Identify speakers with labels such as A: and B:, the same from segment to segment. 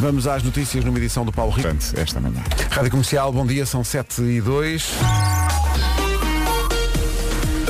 A: Vamos às notícias numa edição do Paulo Rico.
B: Portanto, esta manhã.
A: Rádio Comercial, bom dia, são 7 e 2.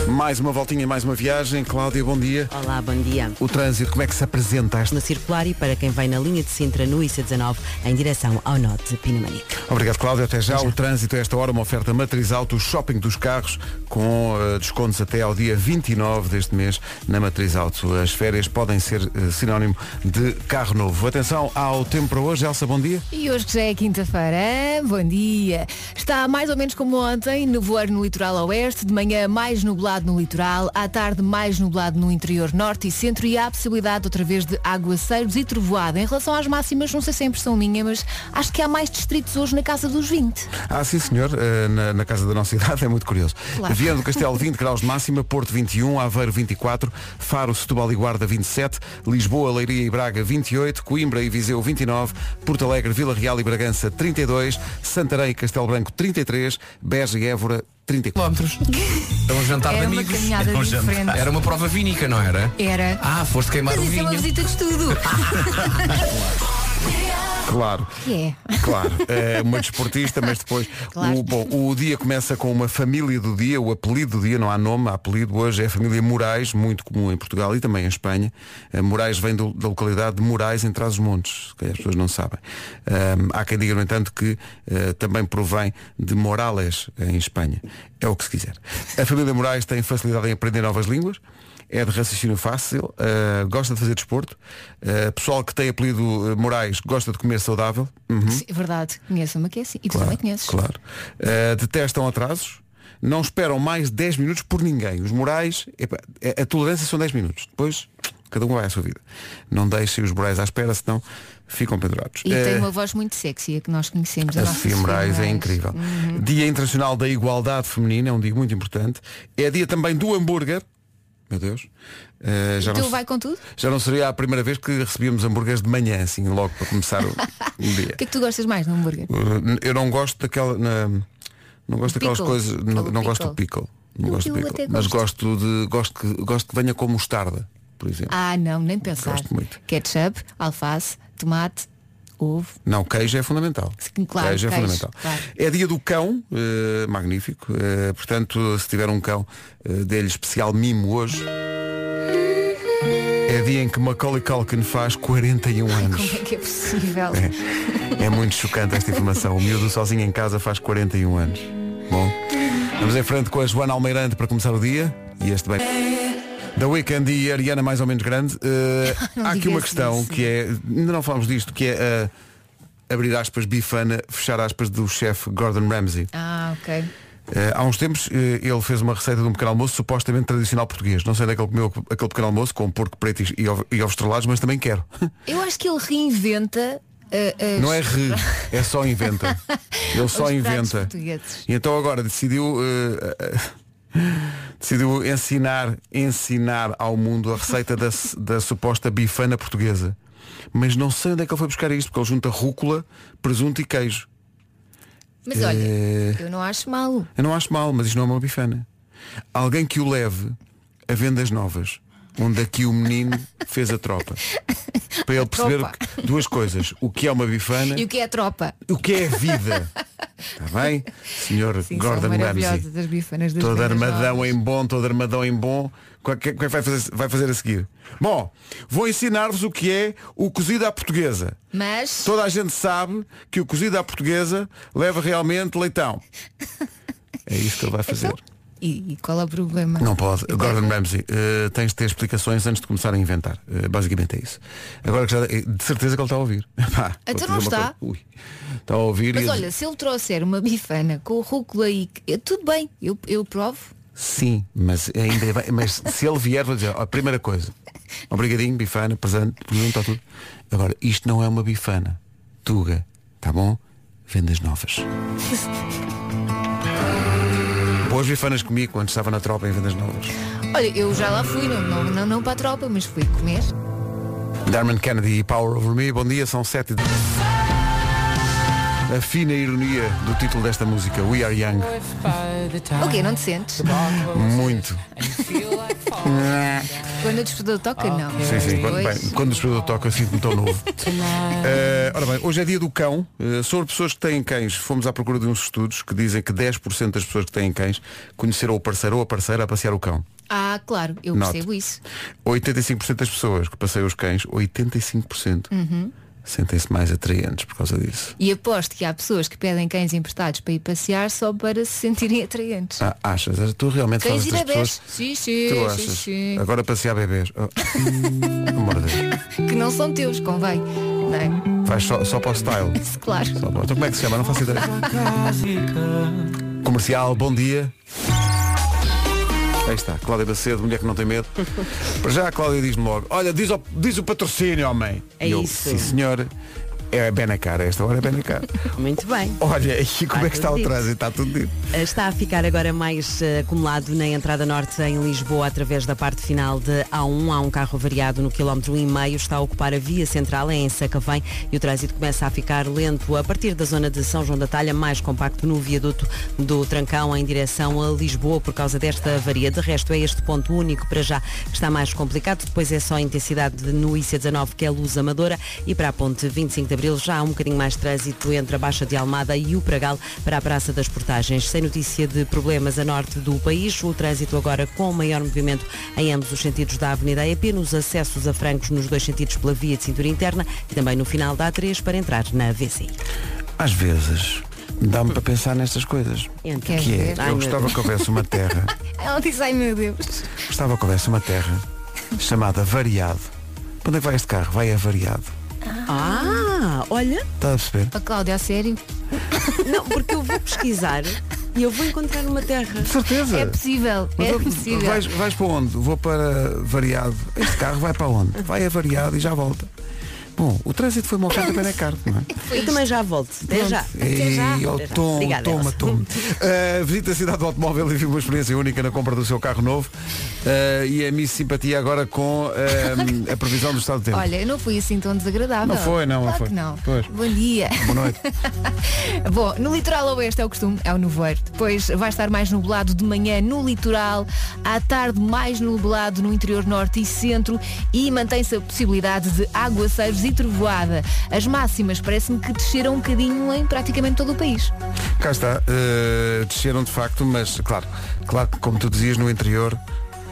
A: Mais uma voltinha, mais uma viagem. Cláudia, bom dia.
C: Olá, bom dia.
A: O trânsito, como é que se apresenta a esta...
C: Na circular e para quem vai na linha de Sintra no IC19 em direção ao norte de Pinamanique.
A: Obrigado, Cláudio. Até já. O trânsito a esta hora, uma oferta matriz alto, o shopping dos carros, com eh, descontos até ao dia 29 deste mês na matriz alto. As férias podem ser eh, sinónimo de carro novo. Atenção ao tempo para hoje. Elsa, bom dia.
D: E hoje que já é quinta-feira, hein? bom dia. Está mais ou menos como ontem, nevoeiro no litoral oeste, de manhã mais nublado no litoral, à tarde mais nublado no interior norte e centro e há a possibilidade outra vez de aguaceiros e trovoada. Em relação às máximas, não sei se é impressão minha, mas acho que há mais distritos hoje na casa dos 20.
A: Ah, sim, senhor, eh, na, na casa da nossa idade, é muito curioso.
D: Claro.
A: Viana do Castelo, 20 graus de máxima, Porto 21, Aveiro 24, Faro, Setúbal e Guarda 27, Lisboa, Leiria e Braga 28, Coimbra e Viseu 29, Porto Alegre, Vila Real e Bragança 32, Santarém e Castelo Branco 33, Beja e Évora 34.
E: quilómetros. Era um jantar
D: Era
E: de
D: É uma
E: amigos.
D: caminhada
E: Era um
D: diferente.
E: jantar. Era uma prova vínica, não era?
D: Era.
E: Ah, foste queimar
D: Mas
E: o
D: isso é uma
E: vinho.
D: visita de estudo.
A: Claro.
D: É.
A: Claro, é uma desportista, mas depois
D: Claro.
A: o, bom, o dia começa com uma família do dia, o apelido do dia, não há nome, há apelido hoje, é a família Moraes, muito comum em Portugal e também em Espanha. A Moraes vem do- da localidade de Moraes em Trás-os-Montes, que as pessoas não sabem. Ahm, há quem diga, no entanto, que eh, também provém de Morales eh, em Espanha. É o que se quiser. A família Moraes tem facilidade em aprender novas línguas. É de raciocínio fácil, eh, gosta de fazer desporto. Eh, pessoal que tem apelido eh, Moraes gosta de comer saudável. Uhum.
D: Sim, é verdade, conheço-me que é assim. E tu também conheces.
A: Claro. Uh, detestam atrasos. Não esperam mais 10 minutos por ninguém. Os morais, epá, é, a- a tolerância são 10 minutos. Depois, cada um vai à sua vida. Não deixem os morais à espera, senão ficam pendurados.
D: E
A: Eh,
E: É.
D: tem uma assim, voz muito sexy, a que nós conhecemos.
A: a
D: nossa
A: Sofia Moraes é
D: Moraes.
A: incrível.
D: Uhum.
A: Dia Internacional da Igualdade Feminina, é um dia muito importante. É dia também do hambúrguer. Meu Deus. Eh, já,
D: Tu
A: não,
D: vai com tudo?
A: já não seria a primeira vez que recebíamos hambúrgueres de manhã, assim, logo para começar o, o dia.
D: O que é que tu gostas mais no hambúrguer?
A: Uh, Eu não gosto daquela. na- não gosto daquelas
D: Pickle.
A: coisas. Não,
D: Aquele
A: não gosto do pickle. Não
D: Eu-
A: gosto do
D: eu
A: pickle.
D: até
A: Mas gosto de. Gosto que, gosto que venha com mostarda, por exemplo.
D: Ah, não, nem pensar.
A: Gosto muito.
D: Ketchup, alface, tomate, ovo.
A: Não, queijo é fundamental.
D: Sim, claro,
A: queijo é
D: queijo,
A: fundamental.
D: claro.
A: É dia do cão, eh, magnífico. eh, portanto, se tiver um cão, eh, dê-lhe especial mimo hoje. É dia em que Macaulay Culkin faz 41 anos.
D: Como é que é possível?
A: É muito chocante esta informação. O miúdo sozinho em casa faz 41 anos. Bom, vamos em frente com a Joana Almeirante para começar o dia. E este bem. Da Weekend e Ariana mais ou menos grande. Eh,
D: Não
A: há aqui
D: digas
A: uma questão
D: isso.
A: que é. Ainda não falámos disto, que é a abrir aspas bifana, fechar aspas do chefe Gordon Ramsay.
D: Ah, ok.
A: Eh, há uns tempos eh, ele fez uma receita de um pequeno almoço supostamente tradicional português. Não sei onde é que ele comeu aquele pequeno almoço com porco preto e, e ovo- e ovos estrelados, mas também quero.
D: Eu acho que ele reinventa uh, uh,
A: Não é re, é só inventa. Ele só
D: Os pratos
A: inventa.
D: portugueses.
A: E então agora decidiu eh, eh, decidiu ensinar ensinar ao mundo a receita da, s- da suposta bifana portuguesa. Mas não sei onde é que ele foi buscar isto, porque ele junta rúcula, presunto e queijo.
D: Mas olha,
A: Eh.
D: eu não acho mal.
A: Eu não acho mal, mas isto não é uma bifana. Alguém que o leve a vendas novas, onde aqui o menino fez a tropa. Para ele perceber
D: tropa.
A: o que- duas coisas, o que é uma bifana
D: E o que é a tropa?
A: o que é a vida? Está bem? Senhor
D: Sim,
A: Gordon
D: são maravilhosas
A: Ramsay.
D: das bifanas das
A: Todo
D: vendas
A: armadão
D: novas.
A: em bom, todo armadão em bom. O que, é que vai, fazer, vai fazer a seguir? Bom, vou ensinar-vos o que é o cozido à portuguesa.
D: Mas
A: Toda a gente sabe que o cozido à portuguesa leva realmente leitão. É isso que ele vai fazer.
D: e, e qual é o problema?
A: Não pode.
D: Eu
A: Gordon
D: gosto.
A: Ramsay, eh, tens de ter explicações antes de começar a inventar. Eh, basicamente é isso. Agora que já, eh, de certeza que ele está a ouvir. Pá,
D: Então
A: vou-te
D: não
A: dizer uma
D: está?
A: coisa. Ui. Está a ouvir
D: Mas
A: e a-
D: olha, se ele trouxer uma bifana com rúcula e eh, tudo bem, eu, eu provo.
A: Sim, mas ainda bem, mas se ele vier, vou dizer, ó, a primeira coisa, obrigadinho, bifana, presente, pergunta tudo. Agora, isto não é uma bifana. Tuga, tá bom? Vendas novas. Boas bifanas comi quando estava na tropa em vendas novas.
D: Olha, eu já lá fui, não, não, não, não para a tropa, mas fui comer.
A: Darman Kennedy e Power Over Me, bom dia, são sete e... a fina ironia do título desta música, We Are Young.
D: O quê? Não te sentes?
A: Muito.
D: Quando o despertador toca, não.
A: Ah, Sim, sim. Quando,
D: Pois.
A: bem, quando o despertador toca, sinto-me tão novo. Eh, ora bem, hoje é dia do cão. Eh, sobre pessoas que têm cães, fomos à procura de uns estudos que dizem que 10% das pessoas que têm cães conheceram o parceiro ou a parceira a passear o cão.
D: Ah, claro, eu
A: Note.
D: percebo isso.
A: 85% das pessoas que passeiam os cães, 85%,
D: Uhum.
A: sentem-se mais atraentes por causa disso.
D: E aposto que há pessoas que pedem cães emprestados para ir passear só para se sentirem atraentes.
A: Ah, achas? Tu realmente
D: cães
A: fazes
D: e
A: das pessoas.
D: bebês. Sim,
A: Tu
D: sim, sim,
A: achas? Ah.
D: sim.
A: Agora passear bebês. Oh, hum, pelo amor de Deus.
D: Que não são teus, convém. Não é?
A: Vais só, só para o style.
D: Isso, claro.
A: Só para- Então como é que se chama? Não faço ideia. Comercial, bom dia. Aí está, Cláudia Bacedo, mulher que não tem medo. Para já a Cláudia diz-me logo, olha, diz o, diz o patrocínio, homem.
C: É
A: E eu,
C: isso.
A: Sim, senhor. É bem na cara, esta hora é bem na cara.
C: Muito bem.
A: Olha, e como
C: Está
A: é que está o
C: tudo dito.
A: trânsito? Está tudo dito.
C: Eh, Está a ficar agora mais eh, acumulado na entrada norte em Lisboa através da parte final de A1. Há um carro variado no quilómetro e meio, está a ocupar a via central é em Sacavém e o trânsito começa a ficar lento a partir da zona de São João da Talha, mais compacto no viaduto do Trancão em direção a Lisboa por causa desta avaria. De resto é este ponto único para já que está mais complicado. Depois é só a intensidade no IC19 que é Luz Amadora e para a ponte 25 de Abril já há um bocadinho mais trânsito entre a Baixa de Almada e o Pragal para a Praça das Portagens. Sem notícia de problemas a norte do país, o trânsito agora com maior movimento em ambos os sentidos da Avenida e apenas acessos a francos nos dois sentidos pela via de cintura interna e também no final da A3 para entrar na VCI.
A: Às vezes dá-me para pensar nestas coisas.
C: Então.
A: Que é,
C: Ai,
A: eu
C: meu
A: gostava
C: Deus.
A: que houvesse uma terra,
D: Ela diz, ai meu Deus.
A: gostava que houvesse uma terra chamada Variado. Para onde é que vai este carro? Vai a Variado.
C: Ah, olha,
A: Está a perceber?
D: A Cláudia, a sério?
C: não, porque eu vou pesquisar e eu vou encontrar uma terra.
A: De certeza.
D: É possível,
A: Mas
D: é
A: eu-
D: possível.
A: vais, vais para onde? Vou para Variado. Este carro vai para onde? Vai a Variado e já volta. Bom, o trânsito foi uma oferta bem na carta, não é?
C: Eu também já volto. Até já. Tá. Até já.
A: E, ó,
C: Até já.
A: tom,
C: Obrigada,
A: toma,
C: Elsa.
A: toma. Uh, visita a cidade do automóvel e vive uma experiência única na compra do seu carro novo. Uh, e a Miss Simpatia agora com um, a previsão do estado do tempo.
D: Olha, eu não fui assim tão desagradável.
A: Não foi, não, não
D: claro
A: foi.
D: Que não.
A: Pois.
D: Bom dia.
A: Boa noite.
D: Bom, no litoral oeste é o costume, é o nevoeiro. Depois vai estar mais nublado de manhã no litoral, à tarde mais nublado no interior norte e centro e mantém-se a possibilidade de aguaceiros e trovoada. As máximas parece-me que desceram um bocadinho em praticamente todo o país.
A: Cá está, eh, desceram de facto, mas claro, claro que como tu dizias no interior,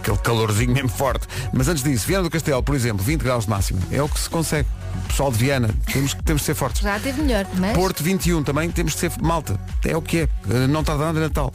A: aquele calorzinho mesmo forte. Mas antes disso, Viana do Castelo, por exemplo, 20 graus de máximo, é o que se consegue. Pessoal de Viana, temos, que- temos de ser fortes.
D: Já teve melhor, mas
A: Porto 21 também, temos de ser malta, é o que é, Eh, não está nada Natal.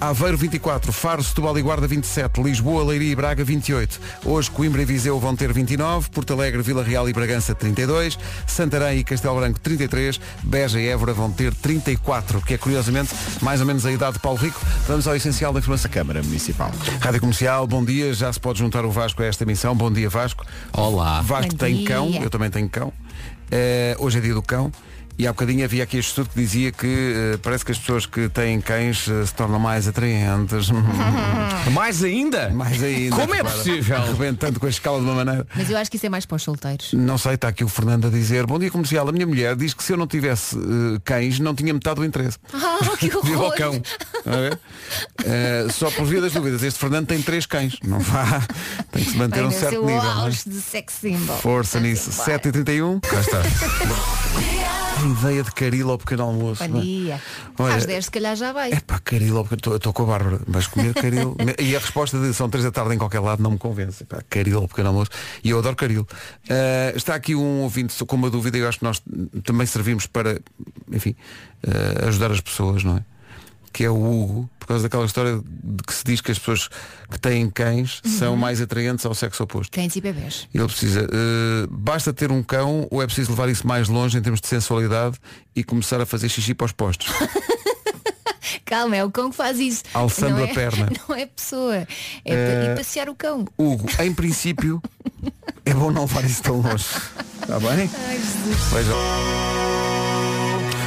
A: Aveiro 24, Faro, Setúbal e Guarda 27, Lisboa, Leiria e Braga 28. Hoje Coimbra e Viseu vão ter 29, Porto Alegre, Vila Real e Bragança 32, Santarém e Castelo Branco 33, Beja e Évora vão ter 34, que é curiosamente mais ou menos a idade de Paulo Rico. Vamos ao essencial da informação.
B: Câmara Municipal.
A: Rádio Comercial, bom dia, já se pode juntar o Vasco a esta emissão. Bom dia Vasco.
E: Olá.
A: Vasco
D: Bom
A: Ah, tem
D: dia.
A: cão, eu também tenho cão. Eh, hoje é dia do cão. E há bocadinho havia aqui este estudo que dizia que eh, parece que as pessoas que têm cães eh, se tornam mais atraentes.
E: Mais ainda?
A: mais ainda.
E: Como é
A: repara,
E: possível?
A: Arrebentando com a escala de uma maneira.
D: mas eu acho que isso é mais para os solteiros.
A: Não sei, está aqui o Fernando a dizer. Bom dia comercial. A minha mulher diz que se eu não tivesse eh, cães, não tinha metade do interesse.
D: Ah, que
A: Viva o
D: horror!
A: cão. Está a ver? Eh, só por via das dúvidas, este Fernando tem três cães. Não vá. Tem que se manter
D: Bem,
A: um
D: deve ser
A: certo
D: o
A: nível. não é?
D: auge de sex symbol.
A: Força nisso. 7h31. Cá está. um. A ideia de caril ao pequeno almoço.
D: Bom
A: não é?
D: dia.
A: Olha,
D: Às 10 se calhar já vai.
A: É pá, caril ao pequeno. Estou com a Bárbara. Vais comer caril. e a resposta de são três da tarde em qualquer lado não me convence. Epá, caril ao pequeno almoço. E eu adoro caril. Ah, está aqui um ouvinte com uma dúvida. Eu acho que nós também servimos para, enfim, ah, ajudar as pessoas, não é? Que é o Hugo, por causa daquela história de que se diz que as pessoas que têm cães
D: Uhum.
A: são mais atraentes ao sexo oposto.
D: Cães e bebés.
A: Ele precisa. eh, basta ter um cão ou é preciso levar isso mais longe em termos de sensualidade e começar a fazer xixi para os postos?
D: Calma, é o cão que faz isso.
A: Alçando
D: Não
A: a
D: é-
A: perna. Eh,
D: Não é pessoa. É, pa- E passear o cão.
A: Hugo, em princípio, é bom não levar isso tão longe. Está bem?
D: Ai, Jesus.
A: Veja.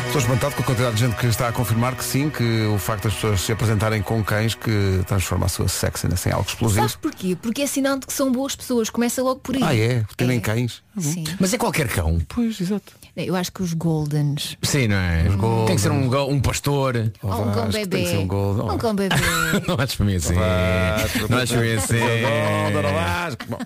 A: Estou espantado com a quantidade de gente que está a confirmar que sim, que o facto das pessoas se apresentarem com cães que transforma a sua sexiness em assim, algo explosivo.
D: Sabes porquê? Porque é sinal de que são boas pessoas. Começa logo por aí.
A: Ah, é? Terem
D: É.
A: cães?
D: Sim.
E: Mas é qualquer cão.
A: Pois, exato.
D: Eu acho que os Goldens.
E: Sim, não é?
A: Hum.
E: Tem que ser um, go- um pastor.
D: Ou um cão
A: Vasco, tem que
D: bebê.
A: ser um Golden.
D: Um cão bebê.
E: Não acho para mim assim. Não acho para mim assim.
A: Bom,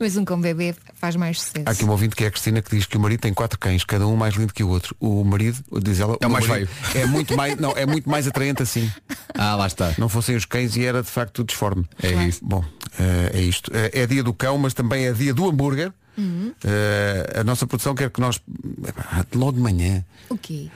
D: Mas um cão bebê faz mais sucesso.
A: Há aqui um ouvinte que é a Cristina que diz que o marido tem quatro cães, cada um mais lindo que o outro. O marido, diz ela,
E: É o mais
A: marido É muito mais, não, é muito mais atraente assim.
E: Ah, lá está.
A: Não fossem os cães e era de facto disforme.
E: É Claro. isso.
A: Bom, eh, é isto. Eh, É dia do cão, mas também é dia do hambúrguer.
D: Uhum.
A: Eh, a nossa produção quer que nós, epá, logo de manhã,
D: O quê?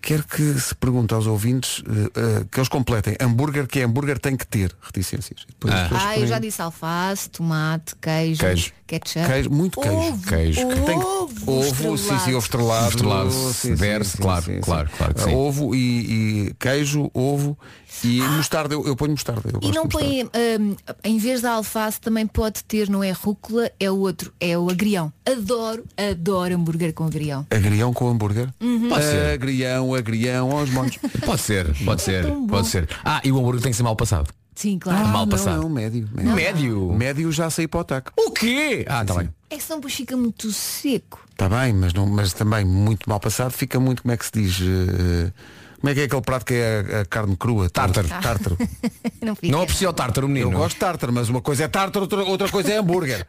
A: quer que se pergunte aos ouvintes eh, eh, que eles completem hambúrguer que é hambúrguer tem que ter reticências. Depois as pessoas
D: Ah, eu já
A: põem
D: disse alface, tomate, queijo,
E: Queijo.
D: ketchup.
A: queijo, muito queijo.
D: Ovo,
E: Queijo.
A: Que tem que-
D: ovo,
A: ovo sim, sim, ovo
D: estrelado.
A: estrelado,
E: Estrelado,
A: sim, É
E: se der, claro, claro, claro que sim.
A: Ovo e, e queijo, ovo e mostarda, eu, eu ponho mostarda. Eu
D: Ah. E
A: gosto
D: não
A: de mostarda.
D: põe, hum, em vez da alface, também pode ter, não é rúcula, é o outro, é o agrião. Adoro, adoro hambúrguer com agrião.
A: Agrião com hambúrguer?
D: Uhum.
E: Pode ser.
A: Agrião, agrião, aos montes.
E: Pode ser,
A: é
E: pode ser,
D: tão bom.
E: pode ser. Ah, e o hambúrguer tem que ser mal passado.
D: Sim, claro.
E: mal
A: Ah, não,
E: passado.
A: Não, médio.
E: Médio.
A: Médio já saí para o taco.
E: O quê? Ah, está bem.
D: É que senão depois fica muito seco.
A: Está Tá bem, mas, não, mas também muito mal passado fica muito, como é que se diz? eh, como é que é aquele prato que é a, a carne crua?
E: Tártaro.
A: Tártaro.
D: Não fica.
E: Não é aprecia o tártaro, menino.
A: Eu gosto de tártaro, mas uma coisa é tártaro, outra, outra coisa é hambúrguer.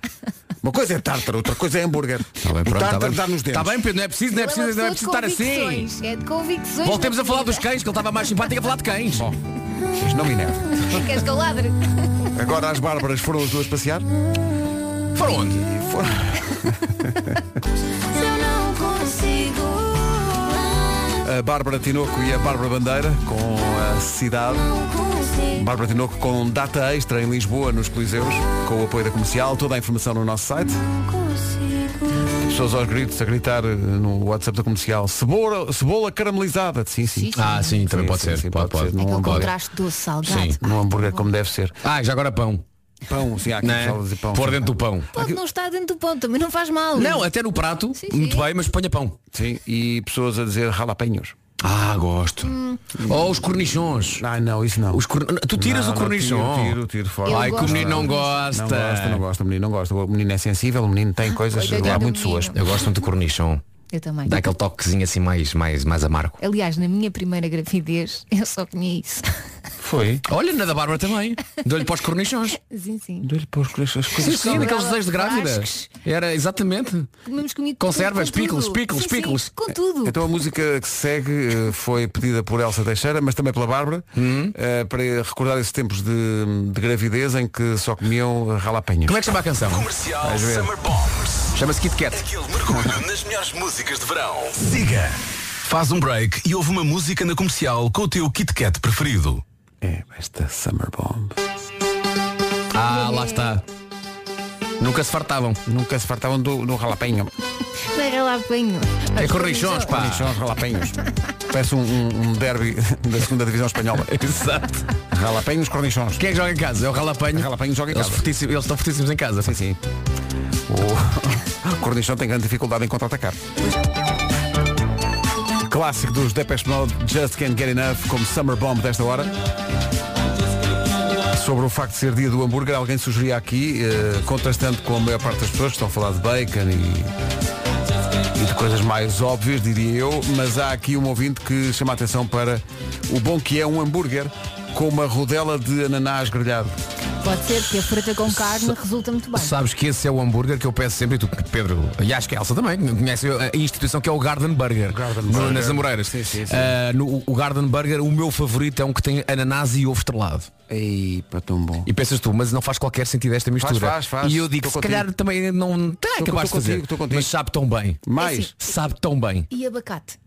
A: Uma coisa é tártaro, outra coisa é hambúrguer.
E: Tá bem,
A: o
E: pronto, tá
A: tártaro
E: bem.
A: dá nos dentes.
E: Tá bem, Pedro, não é preciso, não é
D: Ele uma
E: preciso, não é preciso
D: pessoa
E: estar
D: de
E: assim.
D: convicções, É de convicções.
E: Voltemos
D: na
E: a falar
D: vida.
E: dos cães, que ele estava mais simpático a falar de cães.
A: Mas não me enerve.
D: Queres que eu ladre?
A: Agora as Bárbaras foram as duas passear.
E: Foram onde?
A: A Bárbara Tinoco e a Bárbara Bandeira com a cidade. Bárbara Tinoco com data extra em Lisboa, nos Coliseus, com o apoio da comercial. Toda a informação no nosso site. Pessoas aos gritos a gritar eh, no WhatsApp da comercial. Cebola, cebola caramelizada. Sim, sim.
D: Sim, sim.
E: Ah, sim, também
A: Sim,
E: pode
A: sim,
E: ser.
A: sim,
E: Pode,
A: pode
E: pode.
A: ser. Não
D: Aquele
A: adoro.
D: contraste doce salgado.
E: Sim.
D: Ah,
A: No hambúrguer como deve ser.
E: Ah, já agora pão.
A: Pão, sim, há aqui
E: Não é?
A: pessoal a dizer pão.
E: Pôr
A: sim.
E: dentro do pão.
D: Pode não estar dentro do pão, também não faz mal.
E: Não, é- até no prato,
D: Sim,
E: muito
D: sim.
E: bem, mas ponha pão.
A: Sim, e pessoas a dizer jalapenhos.
E: Ah, gosto.
D: Hum.
E: Ou os cornichons.
A: Ah, não, isso não.
E: Os corn- Tu tiras
A: Não,
E: o
A: não,
E: cornichon.
A: tiro, tiro, tiro fora.
D: Eu
E: Ai, que o
D: gosto.
E: menino não gosta.
A: Não gosta, não gosta, o menino não gosta. O menino é sensível, o menino tem coisas
D: Coitadinho
A: lá
D: do
A: muito suas.
D: menino.
E: Eu gosto é muito do cornichon.
D: Eu também.
E: Dá aquele toquezinho assim mais, mais, mais amargo.
D: Aliás, na minha primeira gravidez, eu só comia isso.
A: Foi.
E: Olha, na da Bárbara também. Dou-lhe para os cornichons.
D: sim, sim.
A: Dou-lhe para os colegas as coisas.
E: Sim, sim, daqueles desejos de grávida.
D: Frascos.
E: Era, exatamente.
D: Comemos comida
E: Conservas,
D: com tudo.
E: pickles, pickles,
D: Sim, sim,
E: pickles.
D: Com tudo.
A: Então a música que segue eh, foi pedida por Elsa Teixeira, mas também pela Bárbara,
E: Hum.
A: eh, para recordar esses tempos de, de gravidez em que só comiam jalapenhos.
E: Como é que chama a canção?
B: Comercial
A: Vais ver.
B: Summer Bombs.
E: Chama-se Kit Kat.
B: Aquele mergulho nas melhores músicas de verão. Siga. Faz um break e ouve uma música na comercial com o teu Kit Kat preferido.
A: É, esta Summer Bomb.
E: Ah, lá está. Nunca se fartavam.
A: Nunca se fartavam do, do jalapenho.
D: Pega lá, penho.
E: É cornichons, pá.
A: São os jalapenhos. Parece um, um, um derby da segunda divisão espanhola.
E: Exato.
A: Jalapenhos, cornichons.
E: Quem é que joga em casa? É o ralapanho.
A: O ralapanho joga em
E: Eles
A: casa.
E: fortíssimos- Eles estão fortíssimos em casa.
A: Sim, sim. O Cornichão tem grande dificuldade em contra-atacar. Clássico dos Depeche Mode, Just Can't Get Enough, como Summer Bomb desta hora. Sobre o facto de ser dia do hambúrguer, alguém sugeria aqui, eh, contrastando com a maior parte das pessoas que estão a falar de bacon e, e de coisas mais óbvias, diria eu, mas há aqui um ouvinte que chama a atenção para o bom que é um hambúrguer com uma rodela de ananás grelhado.
D: Pode ser que a fruta com carne resulta muito bem.
E: Sabes que esse é o hambúrguer que eu peço sempre, e tu, Pedro, e acho que a Elsa também, conhece a instituição que é o Garden Burger,
A: Garden
E: no-
A: Burger.
E: nas Amoreiras.
A: Sim, sim, sim.
E: Ah, no- o Garden Burger, o meu favorito é um que tem ananás e ovo estrelado.
A: Ei, para tão bom.
E: E pensas tu, mas não faz qualquer sentido esta mistura.
A: faz, faz.
E: E eu digo,
A: Estou
E: se calhar
A: contigo.
E: também não tá
A: Estou- estou
E: capaz de fazer,
A: contigo, estou contigo.
E: mas sabe tão bem.
A: Mais.
D: assim,
E: Sabe tão bem.
D: E abacate?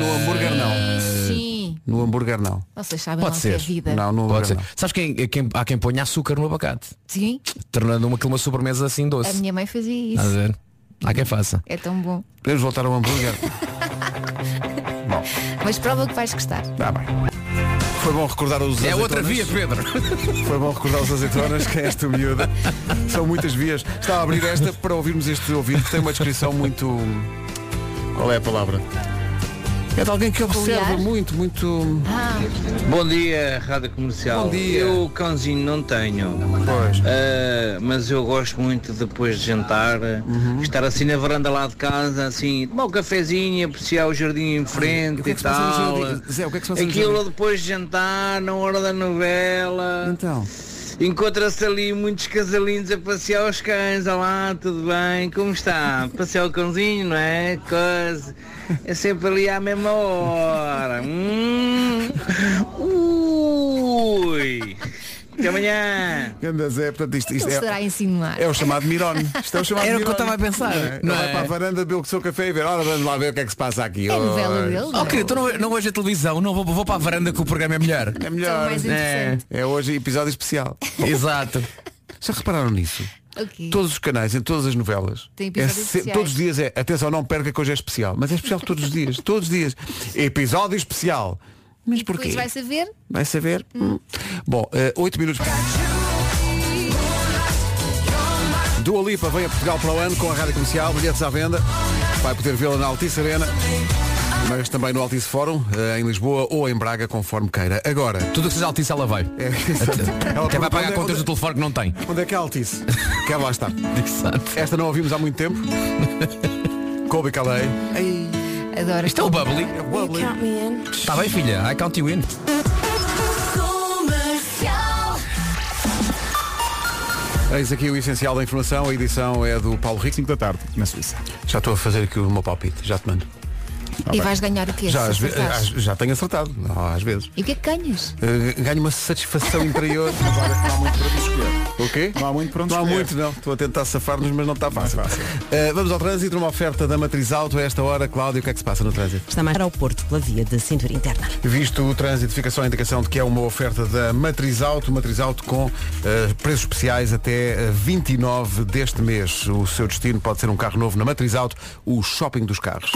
A: No hambúrguer não.
D: Sim.
A: No hambúrguer não.
D: Vocês sabem
E: Pode
D: lá o
E: ser.
D: que é vida.
A: Não, no
E: Pode
A: hambúrguer
E: ser.
A: não.
E: Sabes quem, quem- há quem põe açúcar no abacate,
D: Sim,
E: tornando uma, aquilo uma sobremesa assim
D: a
E: doce.
D: minha mãe fazia
E: Estás
D: isso.
E: a ver? Há quem faça.
D: É tão bom.
A: Podemos voltar ao hambúrguer?
D: Mas prova que vais gostar.
A: Está bem. Foi bom recordar os
E: É
A: azeitonas.
E: outra via, Pedro.
A: Foi bom recordar os azeitonas, que é esta miúda. São muitas vias. Está a abrir esta para ouvirmos este ouvido que tem uma descrição muito. Qual é a palavra? É de alguém que observa
D: Peculiar?
A: muito, muito.
D: Ah,
F: Bom dia, Rádio Comercial.
A: Bom dia.
F: Eu cãozinho não tenho,
A: Pois.
F: ah, mas eu gosto muito depois de jantar,
A: Uhum.
F: estar assim na varanda lá de casa, assim, tomar um cafezinho, apreciar o jardim em frente
A: O que é que
F: e
A: se passa no
F: tal.
A: jardim? Zé, o que é que se passa no
F: Aquilo
A: jardim?
F: depois de jantar, na hora da novela,
A: Então.
F: encontra-se ali muitos casalinhos a passear os cães. Olá, tudo bem? Como está? Passear o cãozinho, não é? Coisa. É sempre ali à mesma hora. Hum. Ui! Até amanhã!
A: Ganda Zé, portanto, isto, isto
D: ele será a
A: é,
D: insinuar.
A: é o chamado Mirone. Isto é o chamado
E: Era o que eu
A: Mirone.
E: estava a pensar,
A: Não, é?
E: não
A: Ele vai
E: é?
A: para a varanda, bebe o seu café e ver. Ora, vamos lá ver o que é que se passa aqui.
D: É a novela
A: Oh,
D: dele.
E: Oh querido, tu não, não vejo a televisão, não vou, vou para a varanda que o programa é melhor.
A: É
D: Então,
A: melhor.
D: mais
A: É.
D: interessante.
A: é hoje episódio especial.
E: Exato.
A: Já repararam nisso?
D: Ok.
A: Todos os canais, em todas as novelas,
D: Tem
A: é
D: episódios especiais.
A: todos os dias é, atenção, não perca que hoje é especial, mas é especial todos os dias, todos os dias. Episódio especial. Mas porquê?
D: Depois vai saber.
A: Vai saber? Hum. Bom, eh, oito minutos. Dua Lipa vem a Portugal para o ano com a Rádio Comercial, bilhetes à venda. Vai poder vê-la na Altice Arena, mas também no Altice Fórum, eh, em Lisboa ou em Braga, conforme queira. Agora, é
E: Tudo o que seja altice ela vai.
A: Ela
E: Até vai
A: pergunta
E: pagar
A: onde é-
E: contas do telefone que não tem.
A: onde é que é a Altice? Quer lá estar.
E: Exato.
A: Esta não a ouvimos há muito tempo. Kobe Calei.
D: Adoro.
E: Isto é o Bubbly.
A: Bubbly.
E: Está Tá bem, filha. I count you in.
A: Eis aqui o essencial da informação. A edição é do Paulo Rico.
G: 5 da tarde, na Suíça.
A: Já estou a fazer aqui o meu palpite. Já te mando.
D: E vais ganhar o quê?
A: Já,
D: se
A: às ve-
D: acertares?
A: às- já tenho acertado. Ah, Às vezes.
D: E o que é que ganhas?
A: Eh, Ganho uma satisfação interior.
G: Agora que não há muito para escolher.
A: O quê?
G: Não há muito para onde
A: Não há
G: escolher.
A: muito, não. Estou a tentar safar-nos, mas não está fácil.
G: Não é fácil.
A: Eh, vamos ao trânsito, uma oferta da Matriz Alto a esta hora. Cláudio, o que é que se passa no trânsito?
C: Está mais para o Porto pela via de cintura interna.
A: Visto o trânsito, fica só a indicação de que é uma oferta da Matriz Auto, Matriz Auto com eh, preços especiais até eh, 29 deste mês. O seu destino pode ser um carro novo na Matriz Auto, o shopping dos carros.